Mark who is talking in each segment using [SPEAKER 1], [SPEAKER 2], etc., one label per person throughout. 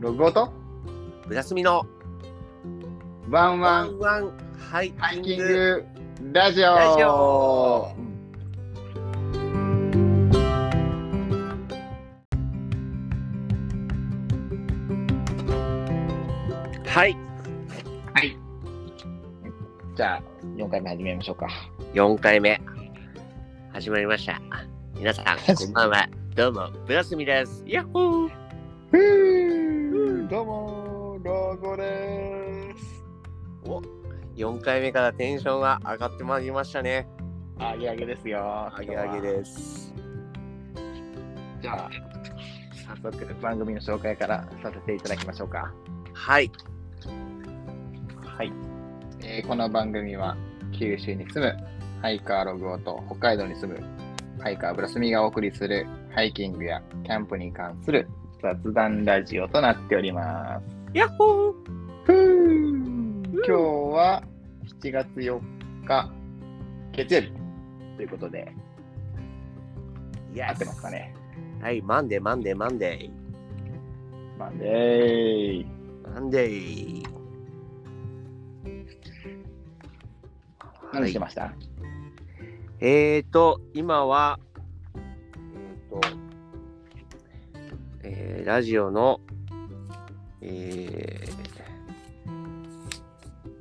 [SPEAKER 1] ログオと
[SPEAKER 2] ブラスミの
[SPEAKER 1] ワンワ
[SPEAKER 2] ワ
[SPEAKER 1] ン
[SPEAKER 2] ンワンハイ
[SPEAKER 1] ハ
[SPEAKER 2] キ
[SPEAKER 1] イ
[SPEAKER 2] ン
[SPEAKER 1] キン
[SPEAKER 2] グ。
[SPEAKER 1] グラジオ
[SPEAKER 2] ラジオはい、
[SPEAKER 1] じゃあ4回目始めましょうか
[SPEAKER 2] 四回目始まりました。皆さんこんばんは。どうもブラスミです。ヤッホー。
[SPEAKER 1] どうもロゴです
[SPEAKER 2] 四回目からテンションが上がってまいりましたね。
[SPEAKER 1] あげあげですよ
[SPEAKER 2] 上げ上げです。
[SPEAKER 1] じゃあ早速番組の紹介からさせていただきましょうか
[SPEAKER 2] はい、
[SPEAKER 1] はい、えーこの番組は九州に住むハイカーログオと北海道に住むハイカーブラスミがお送りするハイキングやキャンプに関する雑談ラジオとなっております。
[SPEAKER 2] ヤッホー。
[SPEAKER 1] ふう今日は7月4日月曜日ということで
[SPEAKER 2] や
[SPEAKER 1] 合ってますか。ね。
[SPEAKER 2] はい、マンデーマンデーマンデー
[SPEAKER 1] マンデー。
[SPEAKER 2] マンデー。
[SPEAKER 1] 何してました、
[SPEAKER 2] えーと、今は、えーと、えーラジオの、えー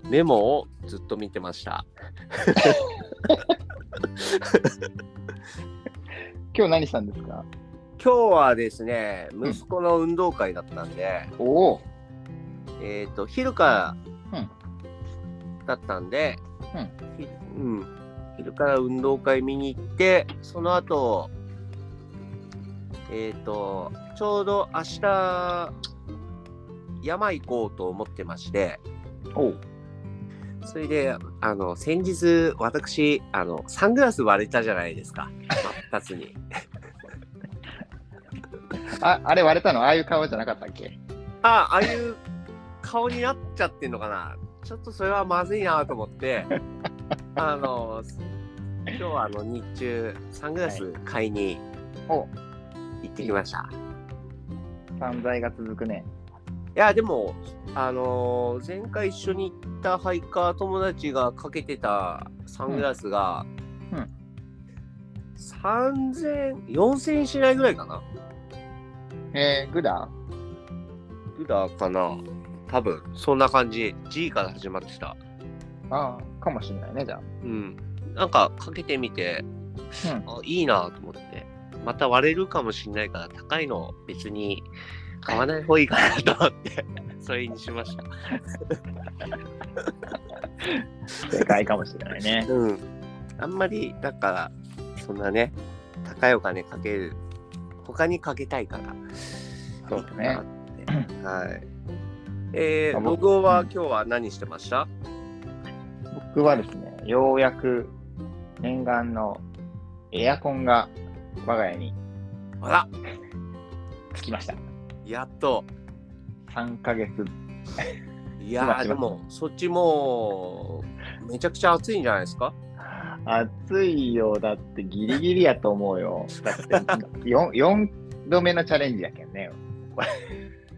[SPEAKER 2] メモをずっと見てました。
[SPEAKER 1] 今日何したんですか
[SPEAKER 2] 今日はですね、息子の運動会だったんで、
[SPEAKER 1] おお。
[SPEAKER 2] えーと、昼から、
[SPEAKER 1] うん
[SPEAKER 2] だったんで、ひうん昼から運動会見に行って、その後、えっ、と、ちょうど明日、山行こうと思ってまして、
[SPEAKER 1] おう
[SPEAKER 2] それで、あの、先日、私、あの、サングラス割れたじゃないです か。真っ二つに。
[SPEAKER 1] ああれ割れたのああいう顔じゃなかったっけ
[SPEAKER 2] あああいう顔になっちゃってんのかなちょっとそれはまずいなと思って あの今日はあの日中サングラス買いに
[SPEAKER 1] お
[SPEAKER 2] 行ってきました、い、
[SPEAKER 1] 散財が続くね。
[SPEAKER 2] やでもあの前回一緒に行ったハイカー友達がかけてたサングラスが、
[SPEAKER 1] うんう
[SPEAKER 2] 3000 4000円しないぐらいかな
[SPEAKER 1] えー、グダ
[SPEAKER 2] ぐらいかな多分そんな感じ G から始まってた
[SPEAKER 1] ああ、かもしれないね、じゃあ。
[SPEAKER 2] うん、なんかかけてみて、
[SPEAKER 1] うん
[SPEAKER 2] あいいなと思ってまた割れるかもしれないから高いの別に買わない方がいいかなと思 って、それにしました、
[SPEAKER 1] 正解かもしれないね。
[SPEAKER 2] うん、あんまりだからそんなね高いお金かける他にかけたいから
[SPEAKER 1] そうだね
[SPEAKER 2] いいかなってはいえ
[SPEAKER 1] あ
[SPEAKER 2] ー、
[SPEAKER 1] 僕
[SPEAKER 2] 僕は今日は何してました、
[SPEAKER 1] 僕はですね、ようやく念願のエアコンが我が家に
[SPEAKER 2] あら
[SPEAKER 1] 着きました。
[SPEAKER 2] やっと
[SPEAKER 1] 3ヶ月。
[SPEAKER 2] い
[SPEAKER 1] しま
[SPEAKER 2] や
[SPEAKER 1] し
[SPEAKER 2] ー
[SPEAKER 1] た
[SPEAKER 2] でもそっちもうめちゃくちゃ暑いんじゃないですか
[SPEAKER 1] 暑いよ、だってギリギリやと思うよ。だって4度目のチャレンジやけんね、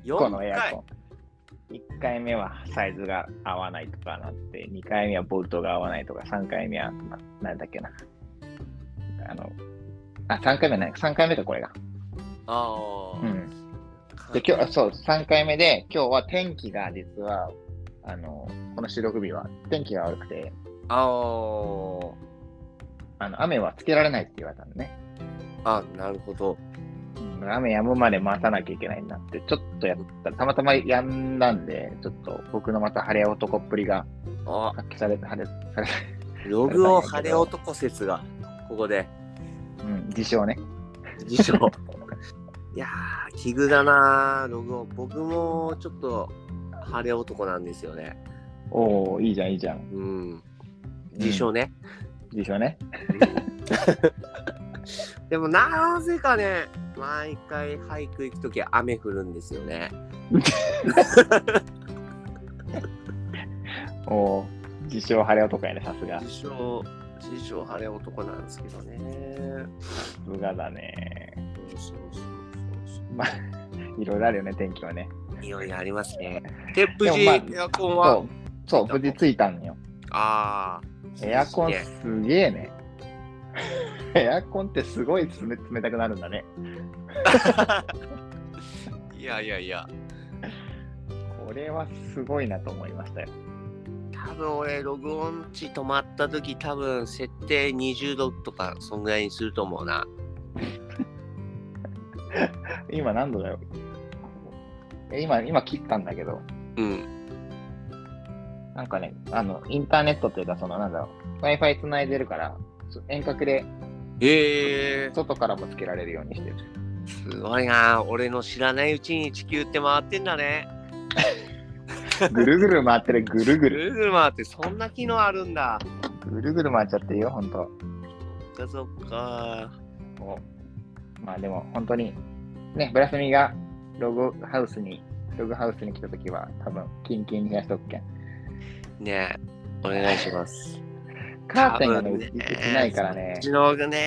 [SPEAKER 1] このエアコン。1回目はサイズが合わないとかなって、2回目はボルトが合わないとか、3回目は、ななんだっけな。あの、あ、3回目ない、3回目か、これが。
[SPEAKER 2] ああ。
[SPEAKER 1] うん。で今日あそう3回目で今日は天気が実はあのこの収録日は天気が悪くて
[SPEAKER 2] あー
[SPEAKER 1] あの雨はつけられないって言われたのね、
[SPEAKER 2] あ、なるほど。
[SPEAKER 1] うん、雨止むまで待たなきゃいけないなってちょっとやったらたまたまやんだんでちょっと僕のまた晴れ男っぷりが
[SPEAKER 2] あ、
[SPEAKER 1] 発揮されて晴れされ、
[SPEAKER 2] ログを晴れ男説が、ここで、
[SPEAKER 1] うん、自称ね
[SPEAKER 2] 辞 書。いやー、奇遇だなー、ログを。僕もちょっと晴れ男なんですよね。
[SPEAKER 1] おおいいじゃんいいじゃん
[SPEAKER 2] うん。辞書ね。
[SPEAKER 1] 自称ね
[SPEAKER 2] でもなぜかね、毎回俳句行くときは雨降るんですよね。
[SPEAKER 1] おお自称晴れ男やねさすがさ
[SPEAKER 2] 辞書、辞書晴れ男なんですけどね。
[SPEAKER 1] すがだね
[SPEAKER 2] そうそうそうそ う
[SPEAKER 1] まあいろいろあるよね天気はね
[SPEAKER 2] 匂いありますね。で、無
[SPEAKER 1] で
[SPEAKER 2] 事、
[SPEAKER 1] もまあ
[SPEAKER 2] エアコン
[SPEAKER 1] そ
[SPEAKER 2] は
[SPEAKER 1] う、そう、無事着いたんよ。
[SPEAKER 2] ああ、
[SPEAKER 1] エアコン
[SPEAKER 2] そうですね
[SPEAKER 1] すげえね。 エアコンってすごい冷冷たくなるんだね。
[SPEAKER 2] いやいやいや、
[SPEAKER 1] これはすごいなと思いましたよ。
[SPEAKER 2] 多分俺、ログオン値止まった時、多分設定20度とか、そんぐらいにすると思うな。
[SPEAKER 1] 今何度だよ。え今、今切ったんだけど、
[SPEAKER 2] うん、
[SPEAKER 1] なんかね、あの、インターネットというか、その、なんだろう、Wi-Fi 繋いでるから、そ遠隔で
[SPEAKER 2] ええ
[SPEAKER 1] 外からもつけられるようにしてる。
[SPEAKER 2] すごいな。俺の知らないうちに地球って回ってんだね。
[SPEAKER 1] ぐるぐる回ってる、ぐるぐ
[SPEAKER 2] ぐ
[SPEAKER 1] る。
[SPEAKER 2] るぐる回って、そんな機能あるんだ。
[SPEAKER 1] ぐるぐる回っちゃってるよ、ほんと。
[SPEAKER 2] そっかそっか。
[SPEAKER 1] おまあでも本当に、ね、ブラスミがログハウスに、ログハウスに来たときは、多分キンキンに冷やしとくけん。
[SPEAKER 2] ねえ、お願いします。
[SPEAKER 1] カーテンがね、う
[SPEAKER 2] 多分
[SPEAKER 1] ち
[SPEAKER 2] ね
[SPEAKER 1] うちないからね
[SPEAKER 2] う、ちのがね、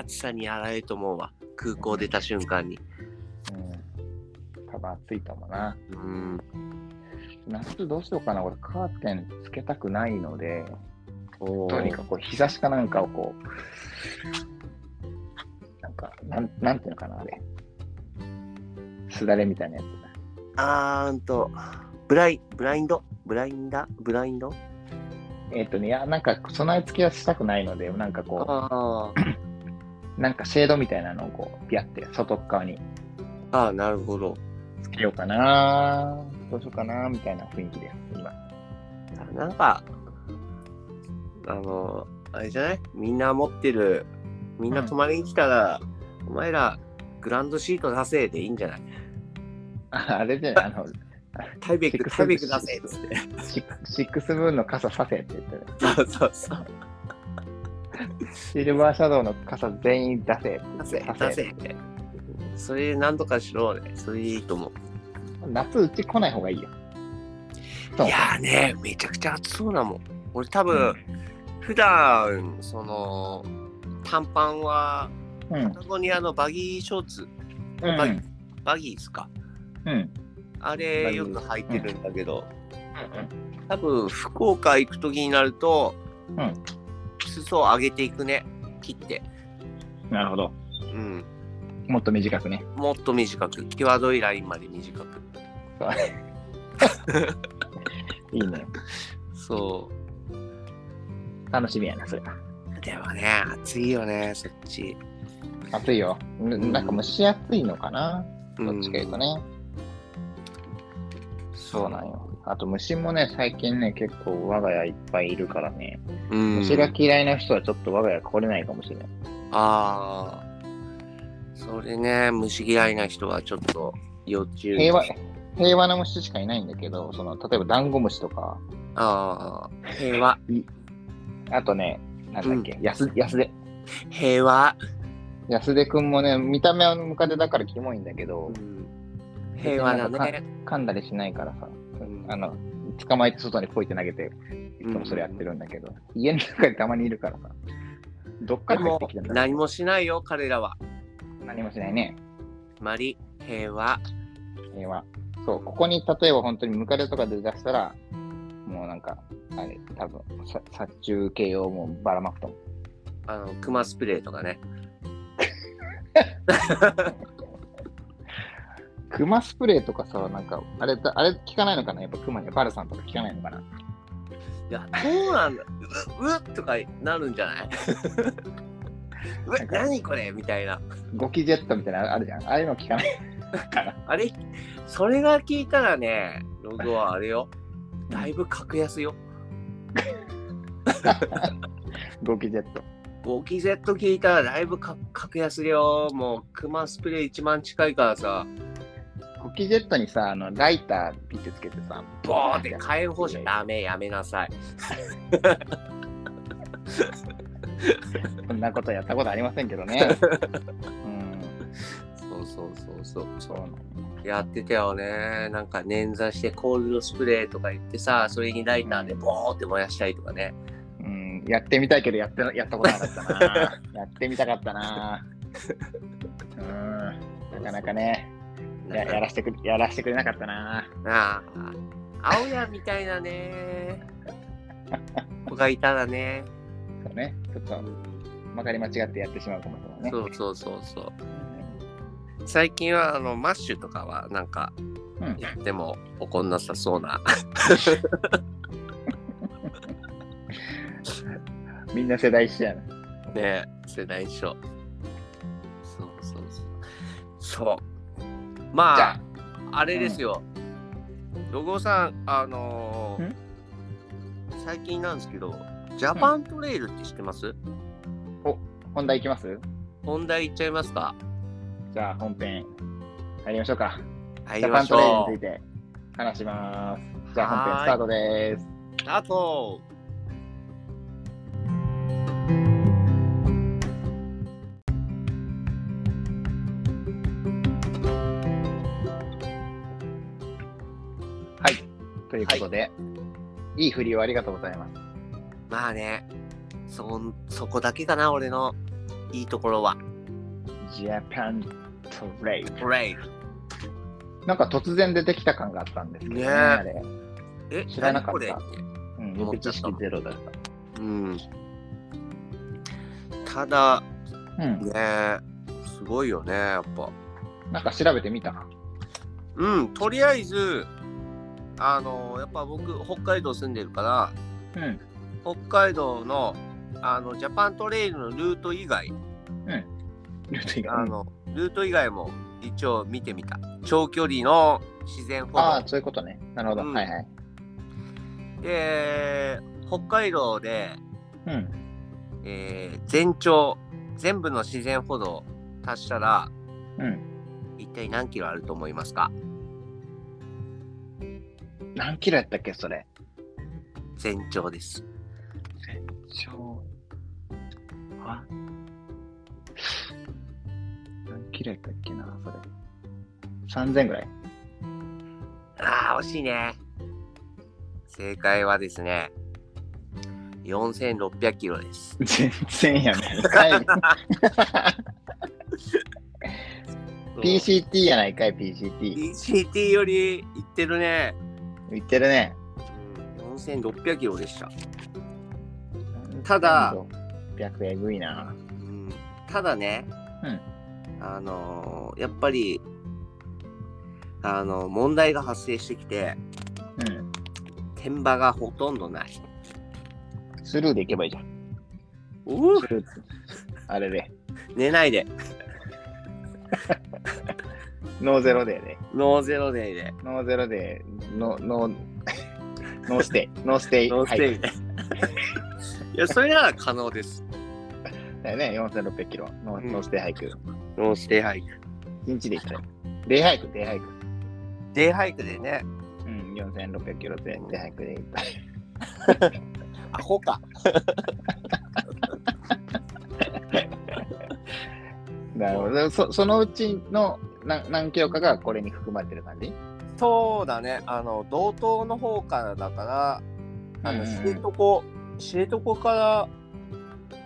[SPEAKER 2] 暑さにやられると思うわ。空港出た瞬間に。
[SPEAKER 1] うん、多分暑いと思うな。
[SPEAKER 2] うん。
[SPEAKER 1] 夏どうしようかな、俺カーテンつけたくないので、
[SPEAKER 2] お
[SPEAKER 1] とにかくこう日差しかなんかをこう、なんか、なんなんていうのかな、あれ。すだれみたいなや
[SPEAKER 2] あーんと、ブライ、ブラインド、ブラインダ、ブラインド
[SPEAKER 1] つ。えっ、とね、いや、なんか備え付けはしたくないので、なんかこう、
[SPEAKER 2] あー
[SPEAKER 1] なんかシェードみたいなのをこう、ピャって外側に
[SPEAKER 2] あー、なるほど。
[SPEAKER 1] つけようかな、どうしようかな、みたいな雰囲気です、今。
[SPEAKER 2] なんか、あの、あれじゃないみんな持ってる、みんな泊まりに来たら、お前ら、グランドシート出せでいいんじゃない
[SPEAKER 1] ああれじゃない、あの、
[SPEAKER 2] タイベッ
[SPEAKER 1] シッ
[SPEAKER 2] ク、
[SPEAKER 1] クス
[SPEAKER 2] タイベック出せっつって。
[SPEAKER 1] シックシックスムーンの傘させって言ってる。
[SPEAKER 2] そうそうそう。
[SPEAKER 1] シルバーシャドウの傘全員出せって言
[SPEAKER 2] 出
[SPEAKER 1] っ
[SPEAKER 2] せ
[SPEAKER 1] て、
[SPEAKER 2] 出せ。それ何とかしろね。それでいいと思う。
[SPEAKER 1] 夏うち来ない方がいいよ。そう
[SPEAKER 2] いやーね、めちゃくちゃ暑そうだもん。俺多分、普段その短パンは
[SPEAKER 1] うん。
[SPEAKER 2] パタゴニアのバギーショーツ、
[SPEAKER 1] う
[SPEAKER 2] バギー
[SPEAKER 1] ん。
[SPEAKER 2] バギーですか。
[SPEAKER 1] うん。
[SPEAKER 2] あ
[SPEAKER 1] バ
[SPEAKER 2] れ
[SPEAKER 1] ギー
[SPEAKER 2] よく履いてるんだけど、多分福岡行く時になると、
[SPEAKER 1] うん
[SPEAKER 2] 裾を上げていくね。切って。
[SPEAKER 1] なるほど。
[SPEAKER 2] うん。
[SPEAKER 1] もっと短くね。
[SPEAKER 2] もっと短く、際どいラインまで短く。
[SPEAKER 1] いいね。
[SPEAKER 2] そう。
[SPEAKER 1] 楽しみやな、それは。
[SPEAKER 2] でもね、暑いよね、そっち。
[SPEAKER 1] 暑いよ。んなんか蒸し暑いのかな、
[SPEAKER 2] うん
[SPEAKER 1] どっちかいうとね。
[SPEAKER 2] そ
[SPEAKER 1] そうなん。よ。あと虫もね、最近ね、結構我が家いっぱいいるからね、
[SPEAKER 2] うん、
[SPEAKER 1] 虫が嫌いな人はちょっと我が家来れないかもしれない。
[SPEAKER 2] ああ。それね、虫嫌いな人はちょっと要注意。
[SPEAKER 1] 平和、平和な虫しかいないんだけど、その、例えばダンゴムシとか、
[SPEAKER 2] ああ。平和。
[SPEAKER 1] あとね、なんだっけ、やす、やすで。
[SPEAKER 2] 平和。
[SPEAKER 1] やすでくんもね、見た目はムカデだからキモいんだけど、
[SPEAKER 2] 平和だ
[SPEAKER 1] 別になん
[SPEAKER 2] ね。
[SPEAKER 1] 噛んだりしないからさ、
[SPEAKER 2] ん
[SPEAKER 1] あの、捕まえて外にポイって投げて、いつもそれやってるんだけど、家の中にたまにいるからさ、どっか
[SPEAKER 2] で
[SPEAKER 1] ら入って
[SPEAKER 2] も
[SPEAKER 1] きたんだろう
[SPEAKER 2] 何もしないよ、彼らは。
[SPEAKER 1] 何もしないね。
[SPEAKER 2] マリ、平和。
[SPEAKER 1] 平和。そう、ここに例えば本当にムカデとか出だしたら、もうなんか、あれ、多分さ殺虫系をもうばらまくと思う。
[SPEAKER 2] あの、クマスプレーとかね。
[SPEAKER 1] クマスプレーとかさ、なんか、あれ、あれ効かないのかなやっぱクマにはバルさんとか効かないのかない
[SPEAKER 2] や、そうなんだ。う、うっとかなるんじゃない うわ、何これみたいな。
[SPEAKER 1] ゴキジェットみたいなのあるじゃん。ああいうの効かない。
[SPEAKER 2] あれそれが聞いたらね、ログはあれよ。だいぶ格安よ。
[SPEAKER 1] ゴキジェット。
[SPEAKER 2] ゴキゼット聞いたらだいぶか格安だよ。もうクマスプレー1万近いからさ、
[SPEAKER 1] ゴキジェットにさ、あの、ライターピッてつけてさ、
[SPEAKER 2] ボーンって火炎放射やめやめなさい。
[SPEAKER 1] そんなことやったことありませんけど ね。うん。
[SPEAKER 2] そうそうそうそうそ
[SPEAKER 1] そうなの
[SPEAKER 2] う。やってたよね。なんか捻挫してコールドスプレーとか言ってさ、それにライターでボーンって燃やしたりとかね。
[SPEAKER 1] うん、やってみたいけどやってやったことなかった な。やってみたかったな。うん、なかなかね。ややらせてくれやらせてくれなかったな。
[SPEAKER 2] ああ、青やみたいな ね。子がいたらね。
[SPEAKER 1] そうね。ちょっとまかり間違ってやってしまうかもしれないね。
[SPEAKER 2] そうそうそうそう。最近はあのマッシュとかはなんか
[SPEAKER 1] うん
[SPEAKER 2] やっても怒んなさそうな。
[SPEAKER 1] みんな世代一緒やな。
[SPEAKER 2] ね世代一緒。そうそうそう。そう。
[SPEAKER 1] じゃ
[SPEAKER 2] まあ、あれですよ。ロゴさん、あのー
[SPEAKER 1] ん
[SPEAKER 2] 最近なんですけど、ジャパントレイルって知ってます、
[SPEAKER 1] 本題いきます
[SPEAKER 2] 本題いっちゃいますか
[SPEAKER 1] じゃあ本編入りましょうか。
[SPEAKER 2] 入
[SPEAKER 1] ジャ
[SPEAKER 2] り
[SPEAKER 1] パ
[SPEAKER 2] ま
[SPEAKER 1] ン
[SPEAKER 2] し
[SPEAKER 1] トレイ
[SPEAKER 2] ょ
[SPEAKER 1] ルに
[SPEAKER 2] う
[SPEAKER 1] つい。て話します。じゃあ本編
[SPEAKER 2] はーい
[SPEAKER 1] スタートです。
[SPEAKER 2] スタート
[SPEAKER 1] はい。ということで、い、い振りをありがとうございます。
[SPEAKER 2] まあね、そん、そこだけかな、俺のいいところは。
[SPEAKER 1] ジャパントレイル。
[SPEAKER 2] トレイル。
[SPEAKER 1] なんか突然出てきた感があったんですけどね、
[SPEAKER 2] ねえ
[SPEAKER 1] あれ。
[SPEAKER 2] え、
[SPEAKER 1] 知らなかった
[SPEAKER 2] 何これって
[SPEAKER 1] うん、
[SPEAKER 2] 思
[SPEAKER 1] 予
[SPEAKER 2] っ
[SPEAKER 1] 備
[SPEAKER 2] ちゃ
[SPEAKER 1] 知
[SPEAKER 2] った
[SPEAKER 1] 識ゼロだった。
[SPEAKER 2] うん。ただ、
[SPEAKER 1] うん、
[SPEAKER 2] ねえすごいよねやっぱ
[SPEAKER 1] なんか調べてみた。
[SPEAKER 2] うんとりあえずあのやっぱ僕北海道住んでるから
[SPEAKER 1] うん、
[SPEAKER 2] 北海道のあのジャパントレイルのルート以外
[SPEAKER 1] ルート以外
[SPEAKER 2] あのルート以外も一応見てみた長距離の自然歩
[SPEAKER 1] ああ
[SPEAKER 2] 道、
[SPEAKER 1] そういうことね。なるほど。
[SPEAKER 2] うん
[SPEAKER 1] はいはい。
[SPEAKER 2] で北海道で、
[SPEAKER 1] うん、
[SPEAKER 2] えー全長全部の自然歩道足したら
[SPEAKER 1] うん。
[SPEAKER 2] 一体何キロあると思いますか
[SPEAKER 1] 何キロやったっけ、それ。
[SPEAKER 2] 全長です
[SPEAKER 1] 超。あ何キロやったっけな、それ。3000ぐらい。
[SPEAKER 2] ああ、惜しいね。正解はですね、4600キロです。
[SPEAKER 1] 全然やね。 はい PCT やないかい、PCT。
[SPEAKER 2] PCT よりいってるね。
[SPEAKER 1] 言ってるね。
[SPEAKER 2] 4600キロでした。ただ、
[SPEAKER 1] 600えぐいな。
[SPEAKER 2] うん、ただね、あのーやっぱり、あのー問題が発生してきて、
[SPEAKER 1] うん。
[SPEAKER 2] 天場がほとんどない。
[SPEAKER 1] スルーでいけばいいじゃん。
[SPEAKER 2] お
[SPEAKER 1] スルー あれで。
[SPEAKER 2] 寝ないで。
[SPEAKER 1] ノーゼロデーで。
[SPEAKER 2] ノーゼロデイで。
[SPEAKER 1] ノーゼロで、ノー、ノー、ノーステイ。ノーステイ。
[SPEAKER 2] ノーステイ
[SPEAKER 1] は
[SPEAKER 2] で。いや、それなら可能です。
[SPEAKER 1] い、だよね、4600キロ。ノー,、
[SPEAKER 2] うん
[SPEAKER 1] ノーステイハイク。
[SPEAKER 2] ノーステイハイク。
[SPEAKER 1] 1日で行きたい。デイハイク、デイハイク。
[SPEAKER 2] デイハイクでね、
[SPEAKER 1] うん、4600キロでデイハイクで行ったい。
[SPEAKER 2] アホか。
[SPEAKER 1] なるほど。そそのうちの何何キロかがこれに含まれてる感じ
[SPEAKER 2] そうだね、あの道東の方からだから、あ
[SPEAKER 1] う
[SPEAKER 2] の
[SPEAKER 1] ん
[SPEAKER 2] 知床、知床から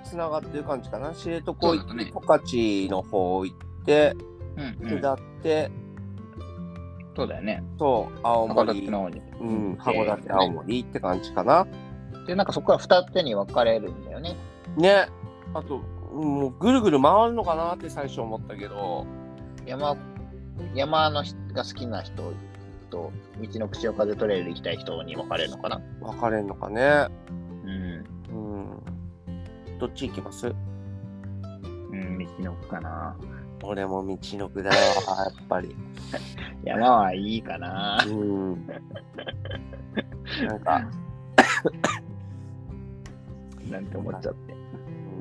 [SPEAKER 2] つながってる感じかな。知床
[SPEAKER 1] そ
[SPEAKER 2] 行
[SPEAKER 1] うだね
[SPEAKER 2] って、十勝の方行って、
[SPEAKER 1] うん、うん。
[SPEAKER 2] 下って、
[SPEAKER 1] そうだよね。
[SPEAKER 2] そう、青
[SPEAKER 1] 函
[SPEAKER 2] 森
[SPEAKER 1] 館、の方に。
[SPEAKER 2] うん、函館、青森って感じかな。
[SPEAKER 1] で、なんかそこは2手に分かれるんだよね。
[SPEAKER 2] ね、あと、もうぐるぐる回るのかなって最初思ったけど、
[SPEAKER 1] 山山の人が好きな人と道の口を風トレイル行きたい人に分かれるのかな
[SPEAKER 2] 分かれんのかね。
[SPEAKER 1] うん、
[SPEAKER 2] うん。どっち行きます
[SPEAKER 1] うん、道の奥かな
[SPEAKER 2] 俺も道のくだわ、やっぱり。
[SPEAKER 1] 山はいいかな
[SPEAKER 2] うん。なんか、
[SPEAKER 1] なんて思っちゃって、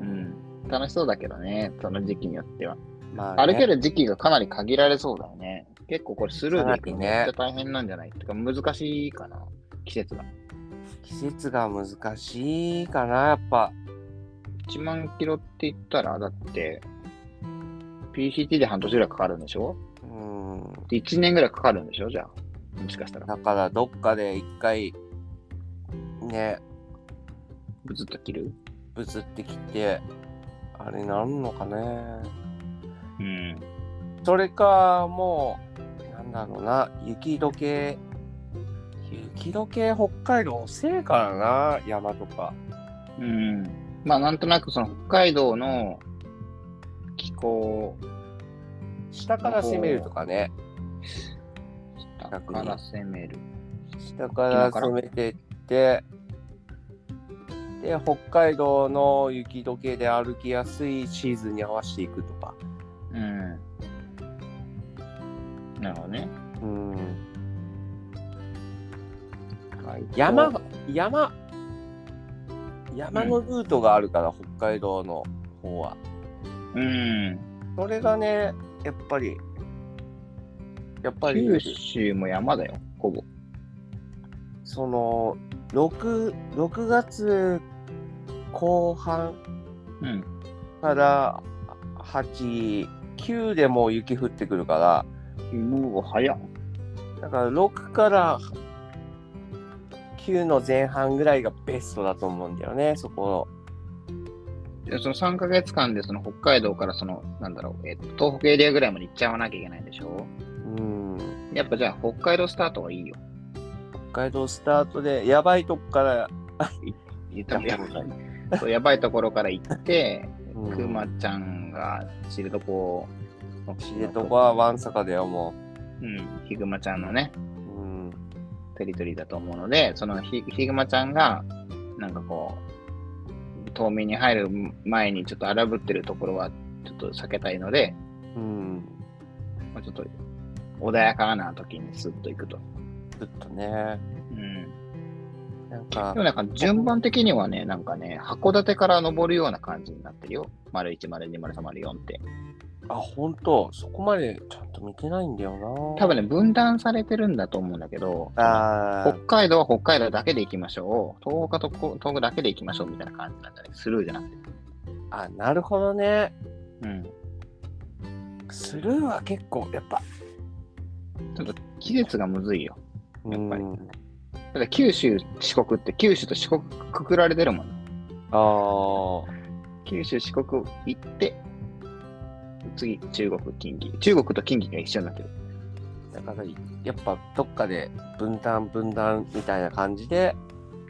[SPEAKER 2] う、
[SPEAKER 1] うんん、楽しそうだけどねその時期によっては
[SPEAKER 2] まあ、ね、
[SPEAKER 1] 歩ける時期がかなり限られそうだよね結構これスルーで行くの
[SPEAKER 2] かな
[SPEAKER 1] めっ
[SPEAKER 2] りね
[SPEAKER 1] ちゃ大変なんじゃないてか難しいかな季節が
[SPEAKER 2] 季節が難しいかな、やっぱ。
[SPEAKER 1] 1万キロって言ったらだって PCT で半年ぐらいかかるんでしょ
[SPEAKER 2] うん。
[SPEAKER 1] で1年ぐらいかかるんでしょじゃあもしかしたら
[SPEAKER 2] だから、どっかで一回、ね、
[SPEAKER 1] ぶつっと切る
[SPEAKER 2] ぶつってきて、あれなんのかね。
[SPEAKER 1] うん
[SPEAKER 2] それか、もう、なんだろうな、雪解け、雪解け、北海道遅えからな、山とか。
[SPEAKER 1] うん。まあ、なんとなくその北海道の気候、
[SPEAKER 2] 下から攻めるとかね、
[SPEAKER 1] 下から攻める。
[SPEAKER 2] 下から攻めてって、で、北海道の雪解けで歩きやすいシーズンに合わせていくとか。
[SPEAKER 1] うん。なるほどね。
[SPEAKER 2] うん、山が、山、山のルートがあるから、北海道の方は。
[SPEAKER 1] うん。
[SPEAKER 2] それがね、やっぱり、やっぱり、
[SPEAKER 1] 九州も山だよ、ほぼ。
[SPEAKER 2] その、6、6月後半
[SPEAKER 1] うん。
[SPEAKER 2] から8、9でもう雪降ってくるから、
[SPEAKER 1] うわ、早っ。
[SPEAKER 2] だから6から9の前半ぐらいがベストだと思うんだよね、そこ
[SPEAKER 1] でその3ヶ月間でその北海道からその、なんだろう、えっと、東北エリアぐらいまで行っちゃわなきゃいけないでしょ
[SPEAKER 2] うん。
[SPEAKER 1] やっぱじゃあ、北海道スタートはいいよ。
[SPEAKER 2] 北海道スタートで、やばいとこから、
[SPEAKER 1] 言ったら
[SPEAKER 2] や
[SPEAKER 1] や
[SPEAKER 2] ばい
[SPEAKER 1] そうやばいところから行って、
[SPEAKER 2] うん
[SPEAKER 1] くまちゃんが知床を、
[SPEAKER 2] 知床はワンサカだよ、も
[SPEAKER 1] うん、ヒグマちゃんのね、
[SPEAKER 2] う。うん。
[SPEAKER 1] テリトリーだと思うので、そのヒヒグマちゃんが、なんかこう、冬眠に入る前にちょっと荒ぶってるところはちょっと避けたいので、
[SPEAKER 2] うん。
[SPEAKER 1] まあ、ちょっと穏やかな時にスッと行くと。
[SPEAKER 2] ちょっとね、
[SPEAKER 1] うん。
[SPEAKER 2] なんか
[SPEAKER 1] でも、なんか順番的にはね、なんかね、函館から登るような感じになってるよ。丸1、丸2、丸3、丸4って。
[SPEAKER 2] あ、本当そこまでちゃんと見てないんだよな。
[SPEAKER 1] 多分ね、分断されてるんだと思うんだけど、
[SPEAKER 2] あ
[SPEAKER 1] 北海道は北海道だけで行きましょう。東北はとこ東北だけで行きましょうみたいな感じなんだね。スルーじゃなくて。
[SPEAKER 2] あ、あ、なるほどね。
[SPEAKER 1] うん。
[SPEAKER 2] スルーは結構、やっぱ、
[SPEAKER 1] ちょっと季節がむずいよ。
[SPEAKER 2] う
[SPEAKER 1] やっぱり
[SPEAKER 2] ん、
[SPEAKER 1] だって九州、四国って九州と四国くくられてるもん、ね。
[SPEAKER 2] あー
[SPEAKER 1] 九州、四国行って、次、中国、近畿。中国と近畿が一緒になってる。
[SPEAKER 2] だから、やっぱ、どっかで分断、分断みたいな感じで、